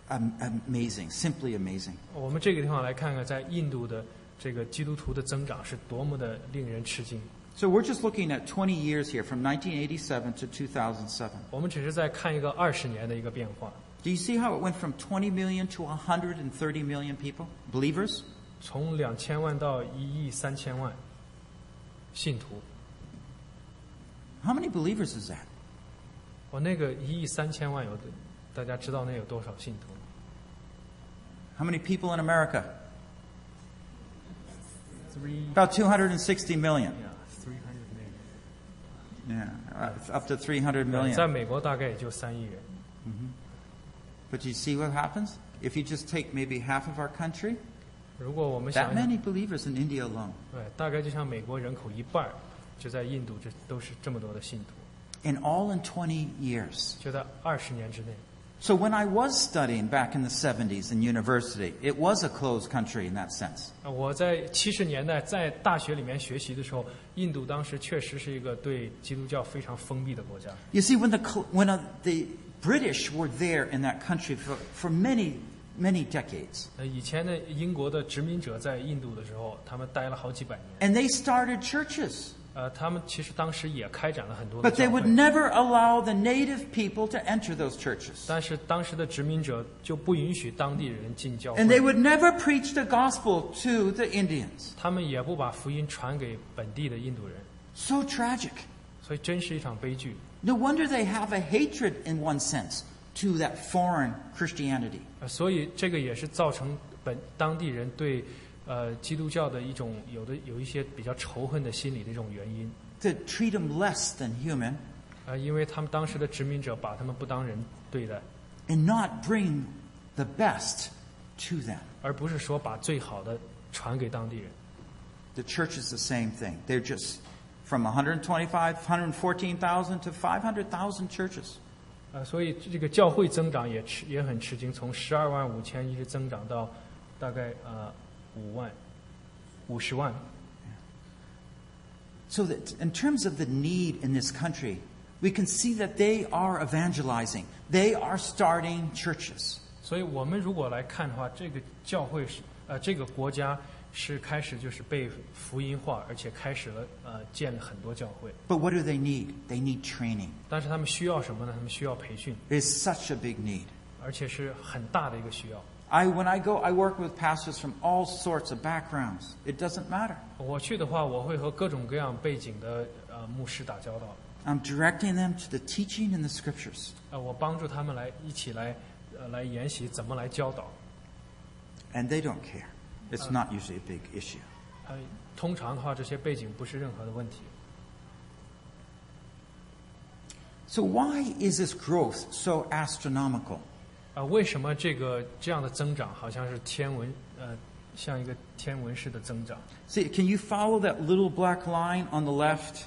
am- amazing, simply amazing. 我们这个地方来看看，在印度的这个基督徒的增长是多么的令人吃惊。 So we're just looking at 20 years here, from 1987 to 2007. 我们只是在看一个二十年的一个变化， Do you see how it went from 20 million to 130 million people, believers? 从两千万到一亿三千万信徒。 How many believers is that? 我哦那个一亿三千万有，大家知道那有多少信徒吗？ How many people in America? Three, About 260 million. yeah, three hundred million. Yeah, uh, up to 300在 million. 美国大概也就三亿人。 But you see what happens? If you just take maybe half of our country, 如果我们 that 想想， many believers in India alone. 对，大概就像美国人口一半儿，就在印度，这都是这么多的信徒， And all in 20 years. 就在二十年之内。 So when I was studying back in the 70s in university, it was a closed country in that sense. 呃我在七十年代在大学里面学习的时候，印度当时确实是一个对基督教非常封闭的国家。 You see, when the, cl- when uh, the British were there in that country for, for many, many decades, 呃，以前的英国的殖民者在印度的时候，他们待了好几百年。 and they started churches, 呃，他们其实当时也开展了很多的 but they 教 would 会， never allow the native people to enter those churches. 但是当时的殖民者就不允许当地人进教 And they 会， would never preach the gospel to the Indians. 他们也不把福音传给本地的印度人， So tragic. 所以真是一场悲剧。 No wonder they have a hatred, in one sense, to that foreign Christianity. 呃，所以这个也是造成本当地人对呃基督教的一种有的有一些比较仇恨的心理的一种原因。 To treat them less than human 呃，因为他们当时的殖民者把他们不当人对待， and not bring the best to them. 而不是说把最好的传给当地人。 The church is the same thing. They're just from 125, 114,000 to 500,000 churches. 呃，所以这个教会增长也吃也很吃惊，从十二万五千一直增长到大概呃五万五十万。 So that in terms of the need in this country, we can see that they are evangelizing. They are starting churches. 所以我们如果来看的话，这个教会是呃这个国家是开始就是被福音化，而且开始了呃建了很多教会。 But what do they need? They need training. 但是他们需要什么呢？他们需要培训， It is such a big need. 而且是很大的一个需要。 I, when I go, I work with pastors from all sorts of backgrounds. It doesn't matter. 我去的话，我会和各种各样背景的呃牧师打交道， I'm directing them to the teaching in the scriptures. 呃，我帮助他们来一起来呃来研习怎么来教导， And they don't care. It's not usually a big issue. 呃，通常的话，这些背景不是任何的问题。 So why is this growth so astronomical? 啊、为什么这个这样的增长好像是天文呃，像一个天文式的增长？ See, can you follow that little black line on the left,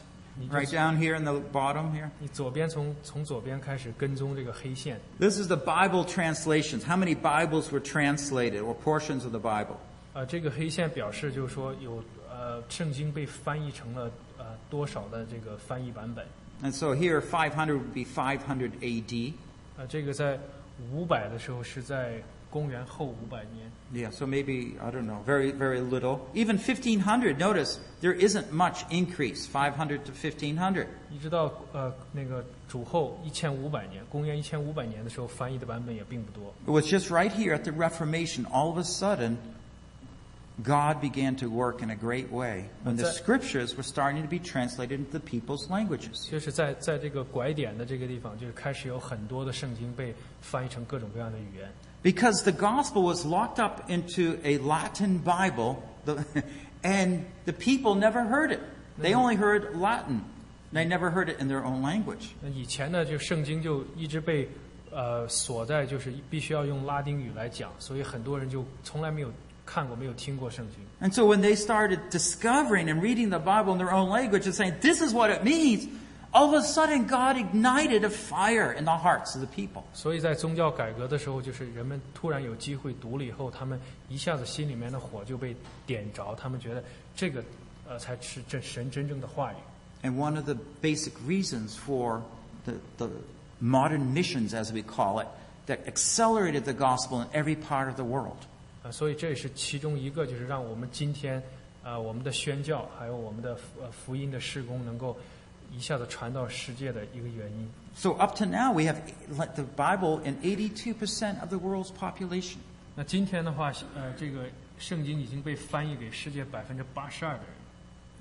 right down here in the bottom here? 你左边从从左边开始跟踪这个黑线， This is the Bible translations. How many Bibles were translated or portions of the Bible? 呃，这个黑线表示就是说有呃圣经被翻译成了呃多少的这个翻译版本， And so here, 500 would be 500 AD. 呃，这个在五百的时候是在公元后五百年， Yeah, so maybe, I don't know, very, very little. Even 1500, notice there isn't much increase, 500 to 1500. 一直到呃那个主后一千五百年，公元一千五百年的时候翻译的版本也并不多。 It was just right here at the Reformation, all of a sudden, God began to work in a great way when the What's that? scriptures were starting to be translated into the people's languages. 就是在在这个拐点的这个地方，就是开始有很多的圣经被翻译成各种各样的语言。 Because the gospel was locked up into a Latin Bible, the, and the people never heard it. They only heard Latin. They never heard it in their own language. 那以前呢，就圣经就一直被呃锁在，就是必须要用拉丁语来讲，所以很多人就从来没有看过、没有听过圣经。 And so when they started discovering and reading the Bible in their own language and saying, this is what it means, all of a sudden God ignited a fire in the hearts of the people. 所以在宗教改革的时候，就是人们突然有机会读了以后，他们一下子心里面的火就被点着，他们觉得这个呃才是真神真正的话语。 And one of the basic reasons for the, the modern missions, as we call it, that accelerated the gospel in every part of the world. 啊，所以这也是其中一个，就是让我们今天，啊，我们的宣教还有我们的福呃福音的施工能够一下子传到世界的一个原因。 So up to now, we have like, the Bible in 82% of the world's population. 那今天的话，呃，这个圣经已经被翻译给世界百分之八十二的人，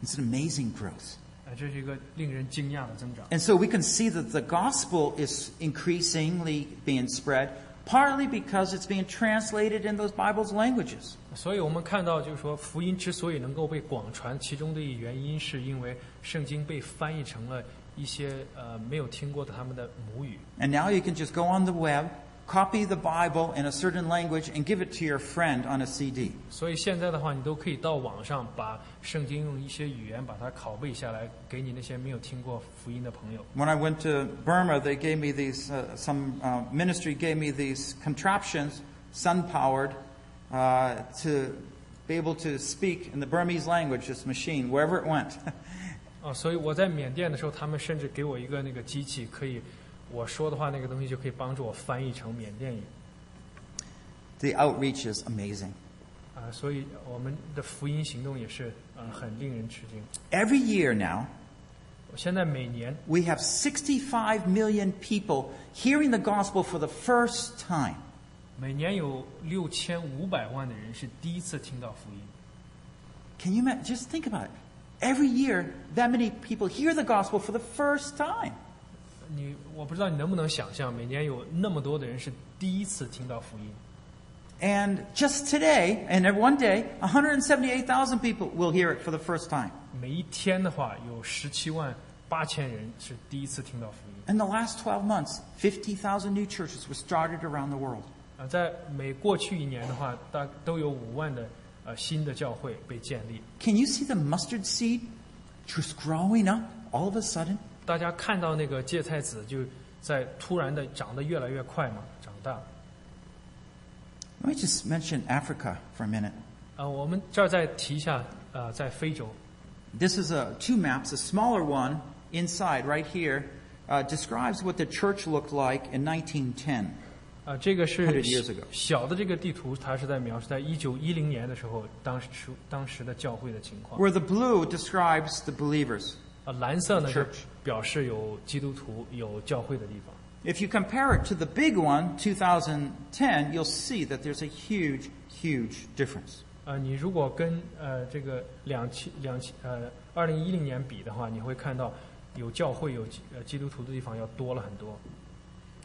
It's an amazing growth. 啊、这是一个令人惊讶的增长。 And so we can see that the gospel is increasingly being spread, partly because it's being translated in those Bible's languages. 所以我们看到，就是说福音之所以能够被广传，其中的一原因是因为圣经被翻译成了一些呃没有听过的他们的母语。 And now you can just go on the web, copy the Bible in a certain language, and give it to your friend on a CD. 所以现在的话，你都可以到网上把圣经用一些语言把它拷贝下来，给你那些没有听过福音的朋友。 When I went to Burma, they gave me these, uh, some uh, ministry gave me these contraptions, sun powered, uh, to be able to speak in the Burmese language, this machine, wherever it went. 哦，所以我在缅甸的时候，他们甚至给我一个那个机器，可以我说的话，那个东西就可以帮助我翻译成缅甸语。 the outreach is amazing. 啊、所以我们的福音行动也是呃很令人吃惊。 Every year now, 现在每年 we have 65 million people hearing the gospel for the first time. 每年有六千五百万的人是第一次听到福音。 Can you imagine? Just think about it. Every year, that many people hear the gospel for the first time. 你我不知道你能不能想象，每年有那么多的人是第一次听到福音。 And just today, and in one day, 178,000 people will hear it for the first time. 每一天的话，有十七万八千人是第一次听到福音。 In the last 12 months, 50,000 new churches were started around the world. 啊、在每过去一年的话，大都有五万的呃新的教会被建立。 Can you see the mustard seed just growing up all of a sudden? 大家看到那个芥菜籽就在突然的长得越来越快嘛，长大。啊、 Let me just mention Africa for a minute. 啊我们这儿再提一下，呃，在非洲， This is a, two maps. A smaller one inside, right here, uh, describes what the church looked like in 1910. 啊，这个是100 years ago 小的这个地图，它是在描述在一九一零年的时候，当时当时的教会的情况。 Where the blue describes the believers. 啊，蓝色呢就 Church 表示有基督徒、有教会的地方。 If you compare it to the big one, 2010, you'll see that there's a huge, huge difference. 呃，你如果跟呃这个两千两千呃二零一零年比的话，你会看到有教会、有基呃基督徒的地方要多了很多。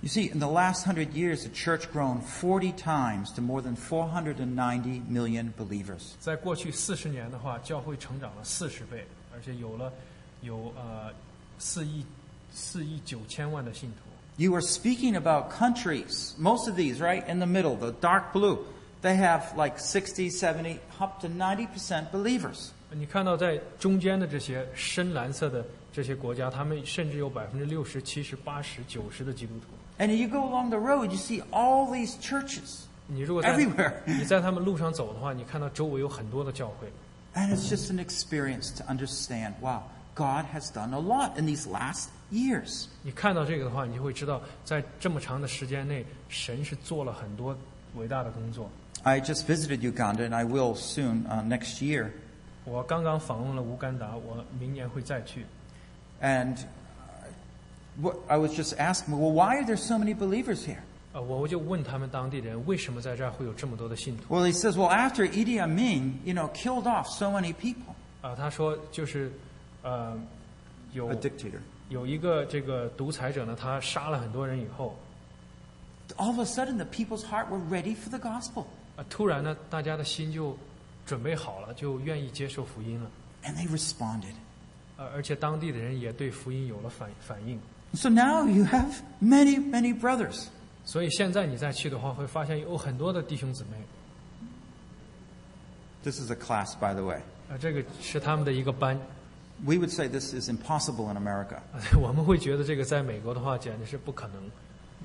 You see, in the last hundred years, the church grown 40 times to more than 490 million believers. 在过去四十年的话，教会成长了四十倍，而且有了有呃四亿四亿九千万的信徒。 You are speaking about countries, most of these, right, in the middle, the dark blue. They have like 60, 70, up to 90% believers. 你看到在中间的这些深蓝色的这些国家，他们甚至有百分之六十、七十、八十、九十的基督徒。 And you go along the road, you see all these churches. 你如果在 Everywhere 你在他们路上走的话，你看到周围有很多的教会。 And it's just an experience to understand wow, God has done a lot in these last years. 你看到这个的话，你就会知道，在这么长的时间内，神是做了很多伟大的工作。 I just visited Uganda, and I will soon uh, next year. 我刚刚访问了乌干达，我明年会再去。 And uh, what, I was just asking, well, why are there so many believers here? 呃，我就问他们当地人，为什么在这儿会有这么多的信徒？ Well, he says, well, after Idi Amin, you know, killed off so many people, 啊、他说就是，呃，有 a dictator, 有一个这个独裁者呢，他杀了很多人以后， all of a sudden the people's heart were ready for the gospel, 啊、突然呢，大家的心就准备好了，就愿意接受福音了。 and they responded. 呃，而且当地的人也对福音有了反反应。 So now you have many, many brothers. 所以现在你再去的话，会发现有很多的弟兄姊妹， This is a class, by the way. 啊，这个是他们的一个班。 We would say this is impossible in America, 啊 我们会觉得这个在美国的话简直是不可能。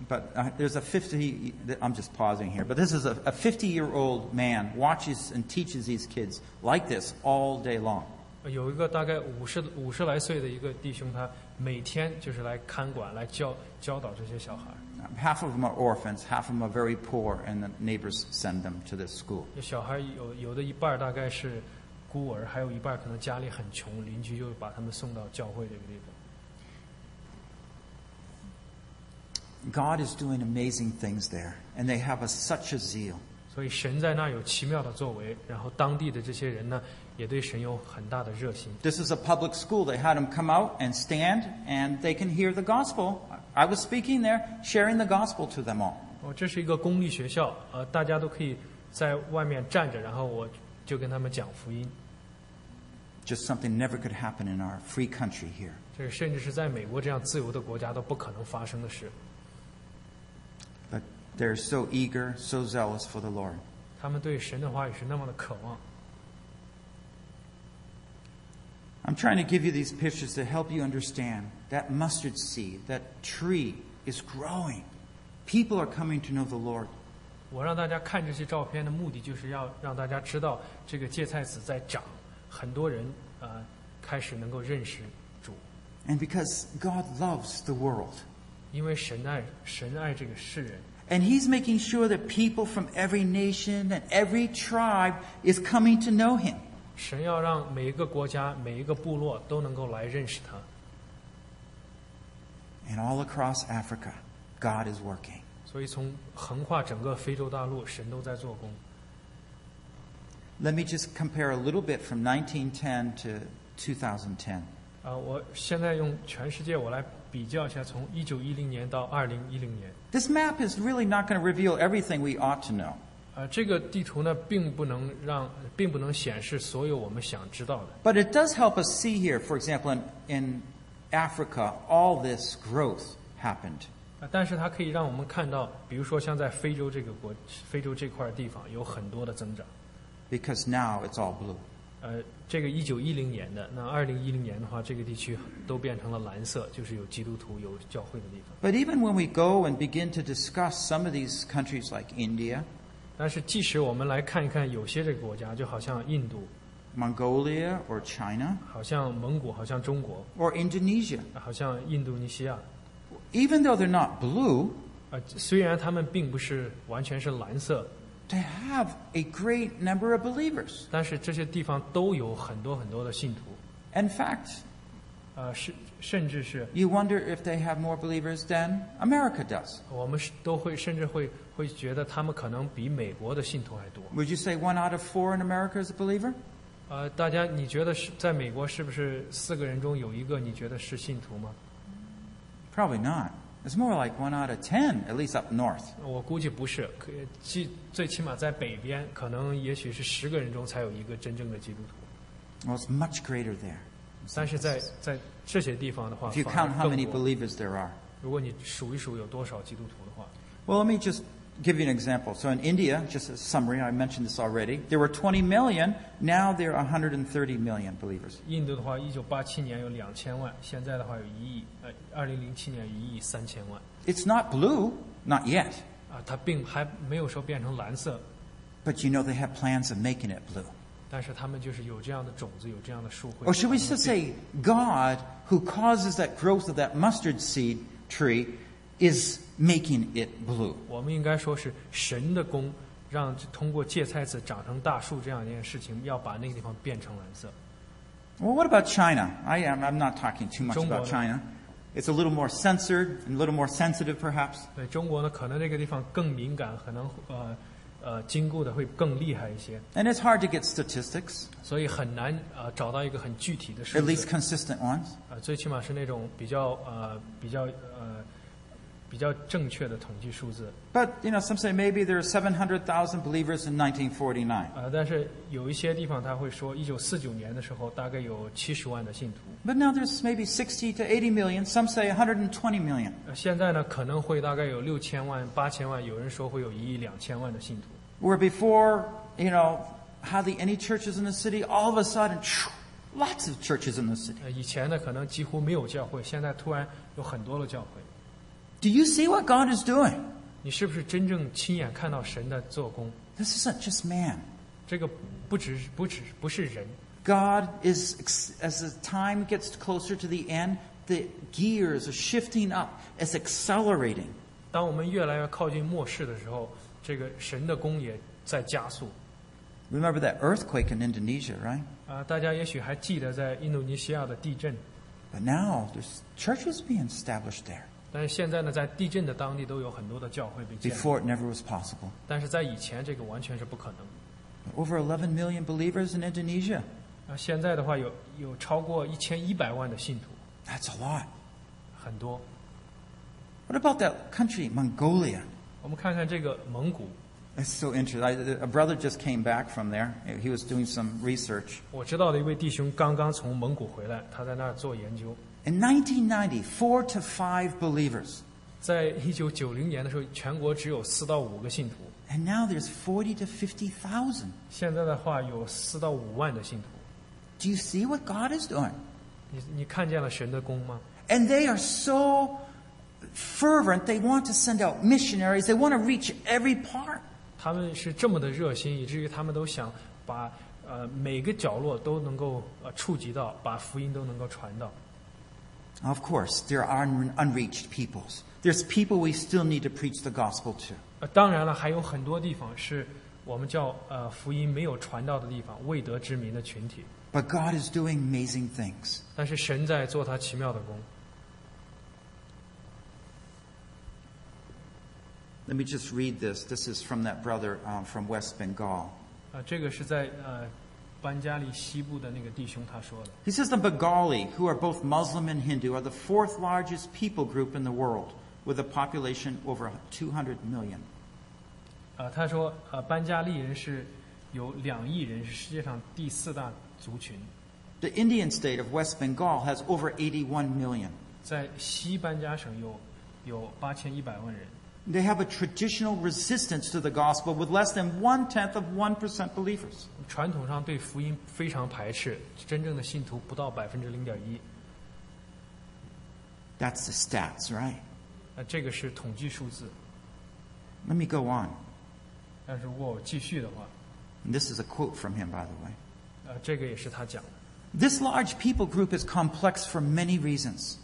but uh, there's a 50, I'm just pausing here, but this is a, a 50 year old man watches and teaches these kids like this all day long. 有一个大概五十五十来岁的一个弟兄，他每天就是来看管、来教教导这些小孩儿。 Half of them are orphans, half of them are very poor, and the neighbors send them to this school. 这小孩儿有有的一半儿大概是孤儿，还有一半儿可能家里很穷，邻居就把他们送到教会这个地方。 God is doing amazing things there, and they have a, such a zeal. 所以神在那儿有奇妙的作为，然后当地的这些人呢，也对神有很大的热心。 This is a public school. They had them come out and stand, and they can hear the gospel. I was speaking there, sharing the gospel to them all. 哦，这是一个公立学校，呃，大家都可以在外面站着，然后我就跟他们讲福音。 Just something never could happen in our free country here. 这个甚至是在美国这样自由的国家都不可能发生的事。 But they're so eager, so zealous for the Lord. 他们对神的话语是那么的渴望。 I'm trying to give you these pictures to help you understand that mustard seed, that tree is growing. People are coming to know the Lord. 我让大家看这些照片的目的，就是要让大家知道这个芥菜籽在长，很多人呃开始能够认识主， And because God loves the world, 因为神爱神爱这个世人， and He's making sure that people from every nation and every tribe is coming to know Him. 神要让每一个国家每一个部落都能够来认识他， And all across Africa, God is working. 所以从横跨整个非洲大陆，神都在做工。 Let me just compare a little bit from 1910 to 2010. 啊、我现在用全世界我来比较一下，从一九一零年到二零一零年， This map is really not going to reveal everything we ought to know, 呃，这个地图呢，并不能让，并不能显示所有我们想知道的。 but it does help us see here, for example, in, in Africa, all this growth happened. 啊，但是它可以让我们看到，比如说像在非洲这个国，非洲这块地方有很多的增长。 Because now it's all blue. 呃，这个一九一零年的，那二零一零年的话，这个地区都变成了蓝色，就是有基督徒、有教会的地方。 But even when we go and begin to discuss some of these countries like India, 但是，即使我们来看一看有些这个国家，就好像印度， Mongolia, or China, 好像蒙古，好像中国， or Indonesia, 好像印度尼西亚， even though they're not blue, 呃，虽然他们并不是完全是蓝色， they have a great number of believers. 但是这些地方都有很多很多的信徒， In fact, 呃，是甚至是 you wonder if they have more believers than America does. 我们是都会甚至会会觉得他们可能比美国的信徒还多。 Would you say one out of four in America is a believer? 呃，大家你觉得是在美国是不是四个人中有一个你觉得是信徒吗？ Probably not. It's more like one out of ten, at least up north. 我估计不是，可最最起码在北边，可能也许是十个人中才有一个真正的基督徒。 Well, it's much greater there. 但是在在这些地方的话 If you 反而 count how 更 many 多。 believers there are. 如果你数一数有多少基督徒的话， Well, let me just give you an example. So in India, just a summary, I mentioned this already, there were 20 million, now there are 130 million believers. 印度的话，一九八七年有两千万，现在的话有一亿，呃，二零零七年有一亿三千万， It's not blue, not yet, 啊、它并还没有说变成蓝色， but you know they have plans of making it blue. 但是他们就是有这样的种子，有这样的树会。 Or should we just say, God, who causes that growth of that mustard seed tree, is making it blue? 我们应该说是神的功，让通过芥菜籽长成大树这样一件事情，要把那个地方变成蓝色。 Well, what about China? I am, I'm not talking too much about Zhongguo. China. It's a little more censored and a little more sensitive, perhaps. 对中国呢，可能这个地方更敏感，可能呃呃经过的会更厉害一些， And it's hard to get statistics, 所以很难呃找到一个很具体的数 at least 字。 consistent ones. 呃，最起码是那种比较呃比较呃比较正确的统计数字。 But, you know, some say maybe there are 700,000 believers in 1949. 呃，但是有一些地方他会说，一九四九年的时候大概有七十万的信徒， But now there's maybe 60 to 80 million. Some say 120 million. 呃，现在呢可能会大概有六千万、八千万，有人说会有一亿两千万的信徒。 Where before, you know, hardly any churches in the city, all of a sudden, phew, lots of churches in the city. 呃，以前呢可能几乎没有教会，现在突然有很多的教会。 Do you see what God is doing? 你是不是真正亲眼看到神的做工？ This isn't just man. 这个不只不只不是人， God is, as the time gets closer to the end, the gears are shifting up, it's accelerating. 当我们越来越靠近末世的时候，这个神的功也在加速。 Remember that earthquake in Indonesia, right? 啊、大家也许还记得在印度尼西亚的地震， But now there's churches being established there 但是现在呢，在地震的当地都有很多的教会被建立， before it never was possible. 但是在以前这个完全是不可能的。 Over 11 million believers in Indonesia. 啊、现在的话有有超过一千一百万的信徒， That's a lot. 很多。 What about that country, Mongolia? 我们看看这个蒙古， It's so interesting. I, a brother just came back from there. He was doing some research. 我知道的一位弟兄刚刚从蒙古回来，他在那儿做研究。 In 1990, four to five believers. 在一九九零年的时候，全国只有四到五个信徒， And now there's 40 to 50,000. 现在的话有四到五万的信徒。 Do you see what God is doing? 你你看见了神的功吗？ And they are so fervent. They want to send out missionaries. They want to reach every part. 他们是这么的热心，以至于他们都想把呃每个角落都能够呃触及到，把福音都能够传到。 Of course, there are un- unreached peoples. There's people we still need to preach the gospel to. 呃，当然了，还有很多地方是我们叫呃福音没有传到的地方，未得之民的群体。 But God is doing amazing things. 但是神在做他奇妙的工。 Let me just read this. This is from that brother um, from West Bengal. 呃，这个是在呃班加利西部的那个弟兄他说的。 He says the Bengali, who are both Muslim and Hindu, are the fourth largest people group in the world, with a population over 200 million. 呃，他说，呃，班加利人是有两亿人，是世界上第四大族群。 The Indian state of West Bengal has over 81 million. 在西班加省有有八千一百万人， They have a traditional resistance to the gospel with less than one tenth of 1% believers. 传统上对福音非常排斥，真正的信徒不到百分之零点一。 That's the stats, right? 呃，这个是统计数字。 Let me go on. 但是如果我继续的话， And this is a quote from him, by the way. 呃，这个也是他讲的。 This large people group is complex for many reasons.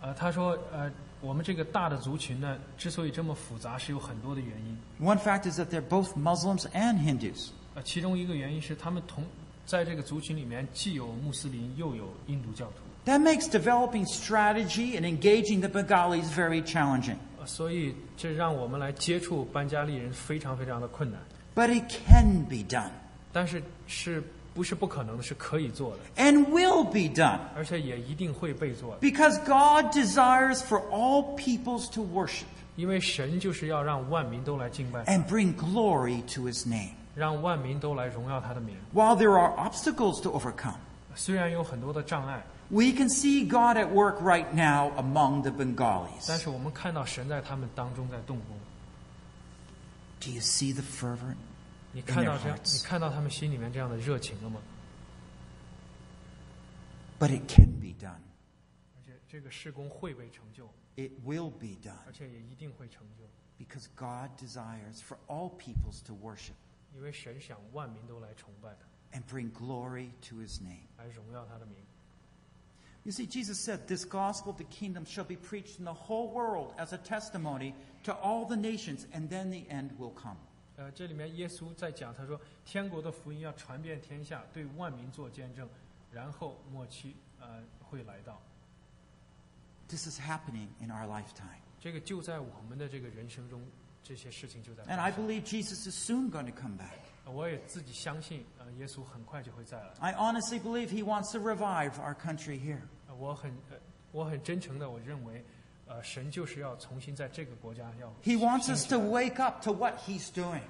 呃，他说，呃，我们这个大的族群呢，之所以这么复杂，是有很多的原因。 One fact is that they're both Muslims and Hindus. 呃，其中一个原因是他们同在这个族群里面既有穆斯林，又有印度教徒。 That makes developing strategy and engaging the Bengalis very challenging. 呃，所以这让我们来接触班加利人非常非常的困难， But it can be done 但是是不是不可能的？是可以做的， and will be done 而且也一定会被做的， because God desires for all peoples to worship 因为神就是要让万民都来敬拜， and bring glory to his name. 让万民都来荣耀他的名。 While there are obstacles to overcome, 虽然有很多的障碍， we can see God at work right now among the Bengalis. 但是我们看到神在他们当中在动工。 Do you see the fervor? 你看到 In their 这样， hearts. 你看到他们心里面这样的热情了吗？ But it can be done. 而且这个事工会被成就， It will be done 而且也一定会成就， because God desires for all peoples to worship. 因为神想万民都来崇拜他， and bring glory to his name. 来荣耀他的名。 You see, Jesus said, This gospel of the kingdom shall be preached in the whole world as a testimony to all the nations, and then the end will come. 呃，这里面耶稣在讲，他说天国的福音要传遍天下，对万民做见证，然后末期呃会来到。 This is happening in our lifetime. 这个就在我们的这个人生中，这些事情就在发 And 生。 I believe Jesus is soon going to come back. 我也自己相信，呃，耶稣很快就会再来。 I honestly believe he wants to revive our country here. 呃我很呃，我很真诚的，我认为，呃，神就是要重新在这个国家要 He wants us 兴起 to wake up to what he's doing.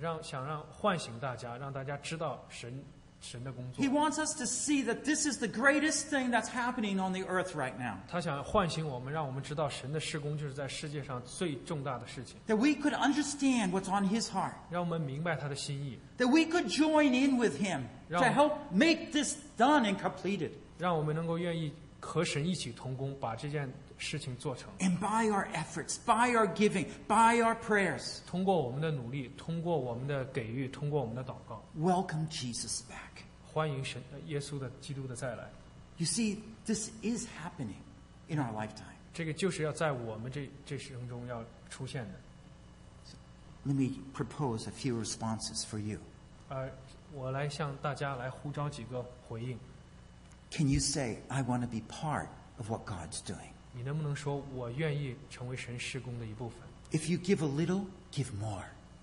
让想让唤醒大家，让大家知道神神的工作 He。wants us to see that this is the greatest thing that's happening on the earth right now. 他想唤醒我们，让我们知道神的施工就是在世界上最重大的事情， That we could understand what's on his heart. 让我们明白他的心意， That we could join in with him to 让- help make this done and completed. 让我们能够愿意和神一起同工，把这件事情做成。 And by our efforts, by our giving, by our prayers, 通过我们的努力，通过我们的给予，通过我们的祷告， welcome Jesus back. 欢迎神呃耶稣的基督的再来。 You see, this is happening in our lifetime. 这个就是要在我们这这生中要出现的。 Let me propose a few responses for you. 呃，我来向大家来呼召几个回应。 Can you say, I want to be part of what God's doing? 你能不能说我愿意成为神施工的一部分？ If you give a little, give more.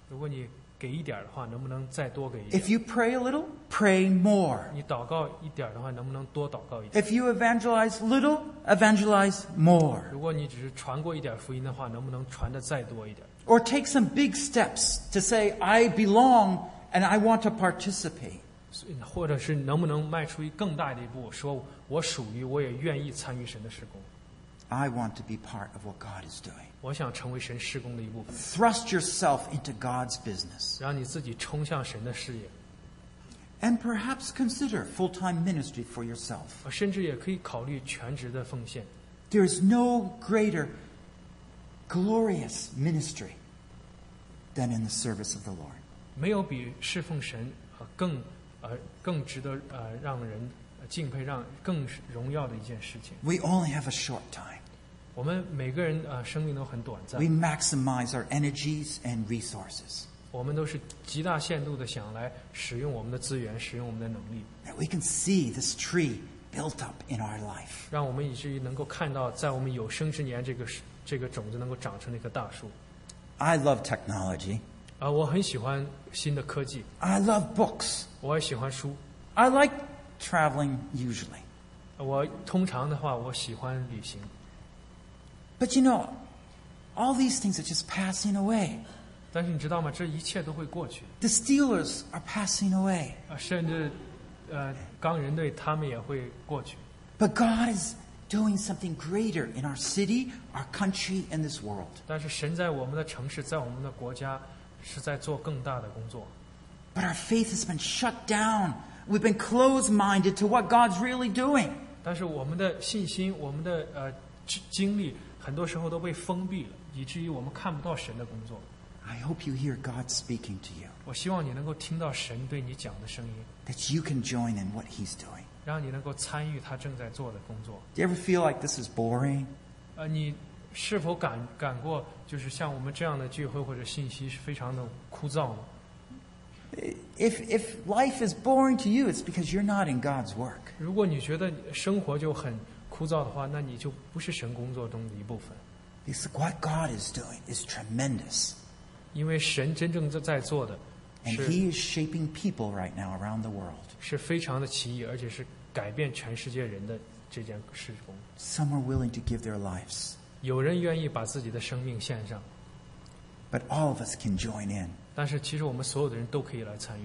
如果你给一点儿的话，能不能再多给一点 If you pray a little, pray more. 你祷告一点儿的话，能不能多祷告一点？ If you evangelize little, evangelize more. 如果你只是传过一点儿福音的话，能不能传的再多一点？ Or take some big steps to say, I belong and I want to participate. 所以或者是能不能迈出一更大的一步，说我属于，我也愿意参与神的施工， I want to be part of what God is doing. 我想成为神施工的一部分， Thrust yourself into God's business. 让你自己冲向神的事业， And perhaps consider full time ministry for yourself. 呃甚至也可以考虑全职的奉献。 There is no greater glorious ministry than in the service of the Lord. 没有比侍奉神呃更呃更值得呃让人呃敬佩、让更荣耀的一件事情。 We only have a short time. 我们每个人呃生命都很短暂 We，maximize our energies and resources. 我们都是极大限度的想来使用我们的资源、使用我们的能力， That we can see this tree built up in our life. 让我们以至于能够看到，在我们有生之年，这个树这个种子能够长成那棵大树。 I love technology. 啊、我很喜欢新的科技， I love books. 我也喜欢书， I like traveling usually. 呃我通常的话，我喜欢旅行。 But you know, all these things are just passing away. 但是你知道吗？这一切都会过去。 The Steelers are passing away. 啊，甚至，呃，钢人队他们也会过去。 But God is doing something greater in our city, our country, and this world. 但是神在我们的城市，在我们的国家，是在做更大的工作。 But our faith has been shut down. We've been closed minded to what God's really doing. 但是我们的信心，我们的呃精精力，很多时候都被封闭了，以至于我们看不到神的工作。 I hope you hear God speaking to you, 我希望你能够听到神对你讲的声音， that you can join in what He's doing. 让你能够参与他正在做的工作。 Do you ever feel like this is boring? 呃，你是否感感过，就是像我们这样的聚会或者信息是非常的枯燥呢？ If, if life is boring to you, it's because you're not in God's work. 如果你觉得生活就很枯燥的话，那你就不是神工作中的一部分， Because what God is doing is tremendous. 因为神真正在在做的 And 是 He is shaping people right now around the world. 是非常的奇异，而且是改变全世界人的这件事工。 Some are willing to give their lives, 有人愿意把自己的生命献上， but all of us can join in. 但是其实我们所有的人都可以来参与。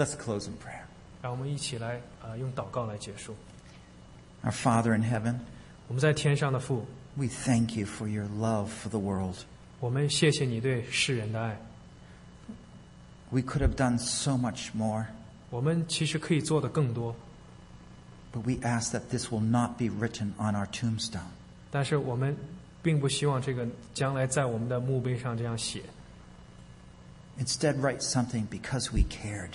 Let's close in prayer. 让我们一起来啊、呃用祷告来结束。 Our Father in heaven, 我们在天上的父， we thank you for your love for the world. 我们谢谢你对世人的爱。 We could have done so much more, 我们其实可以做的更多， but we ask that this will not be written on our tombstone. 但是我们并不希望这个将来在我们的墓碑上这样写。 Instead, write something because we cared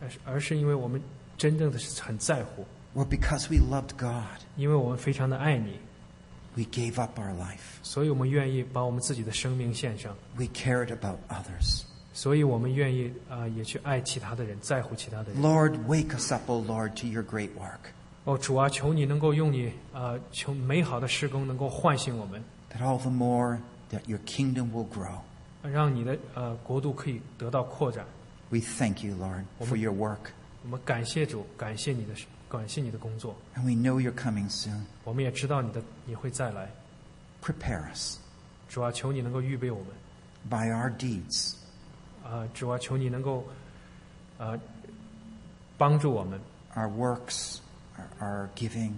但是而是因为我们真正的是很在乎， or because we loved God. 因为我们非常的爱你， We gave up our life. 所以我们愿意把我们自己的生命献上， We cared about others. 所以我们愿意啊、呃也去爱其他的人，在乎其他的人。 Lord, wake us up, O Lord, to your great work, 哦，主啊，求你能够用你啊、呃求美好的施工能够唤醒我们， that all the more that your kingdom will grow. 让你的呃国度可以得到扩展。 We thank you, Lord, for your work, 我们感谢主，感谢你的感谢你的工作， and we know you're coming soon. 我们也知道你的你会再来。 Prepare us 主啊，求你能够预备我们， by our deeds 啊、主啊，求你能够啊、呃帮助我们， our works, our, our giving,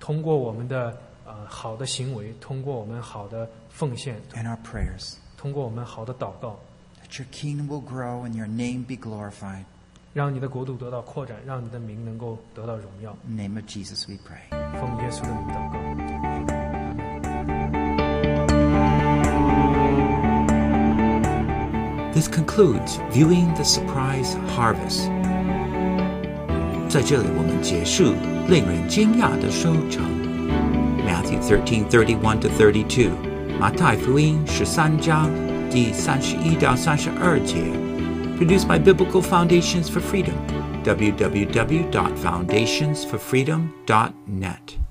通过我们的呃好的行为，通过我们好的奉献， and our prayers, 通过我们好的祷告， that your kingdom will grow and your name be glorified. 让你的国度得到扩展，让你的名能够得到荣耀。 In the name of Jesus, we pray. 奉耶稣的名祷告。 This concludes viewing the surprise harvest. 在这里，我们结束令人惊讶的收成。Matthew 13:31 to 32，马太福音十三章第三十一到三十二节。Produced by Biblical Foundations for Freedom, www.foundationsforfreedom.net.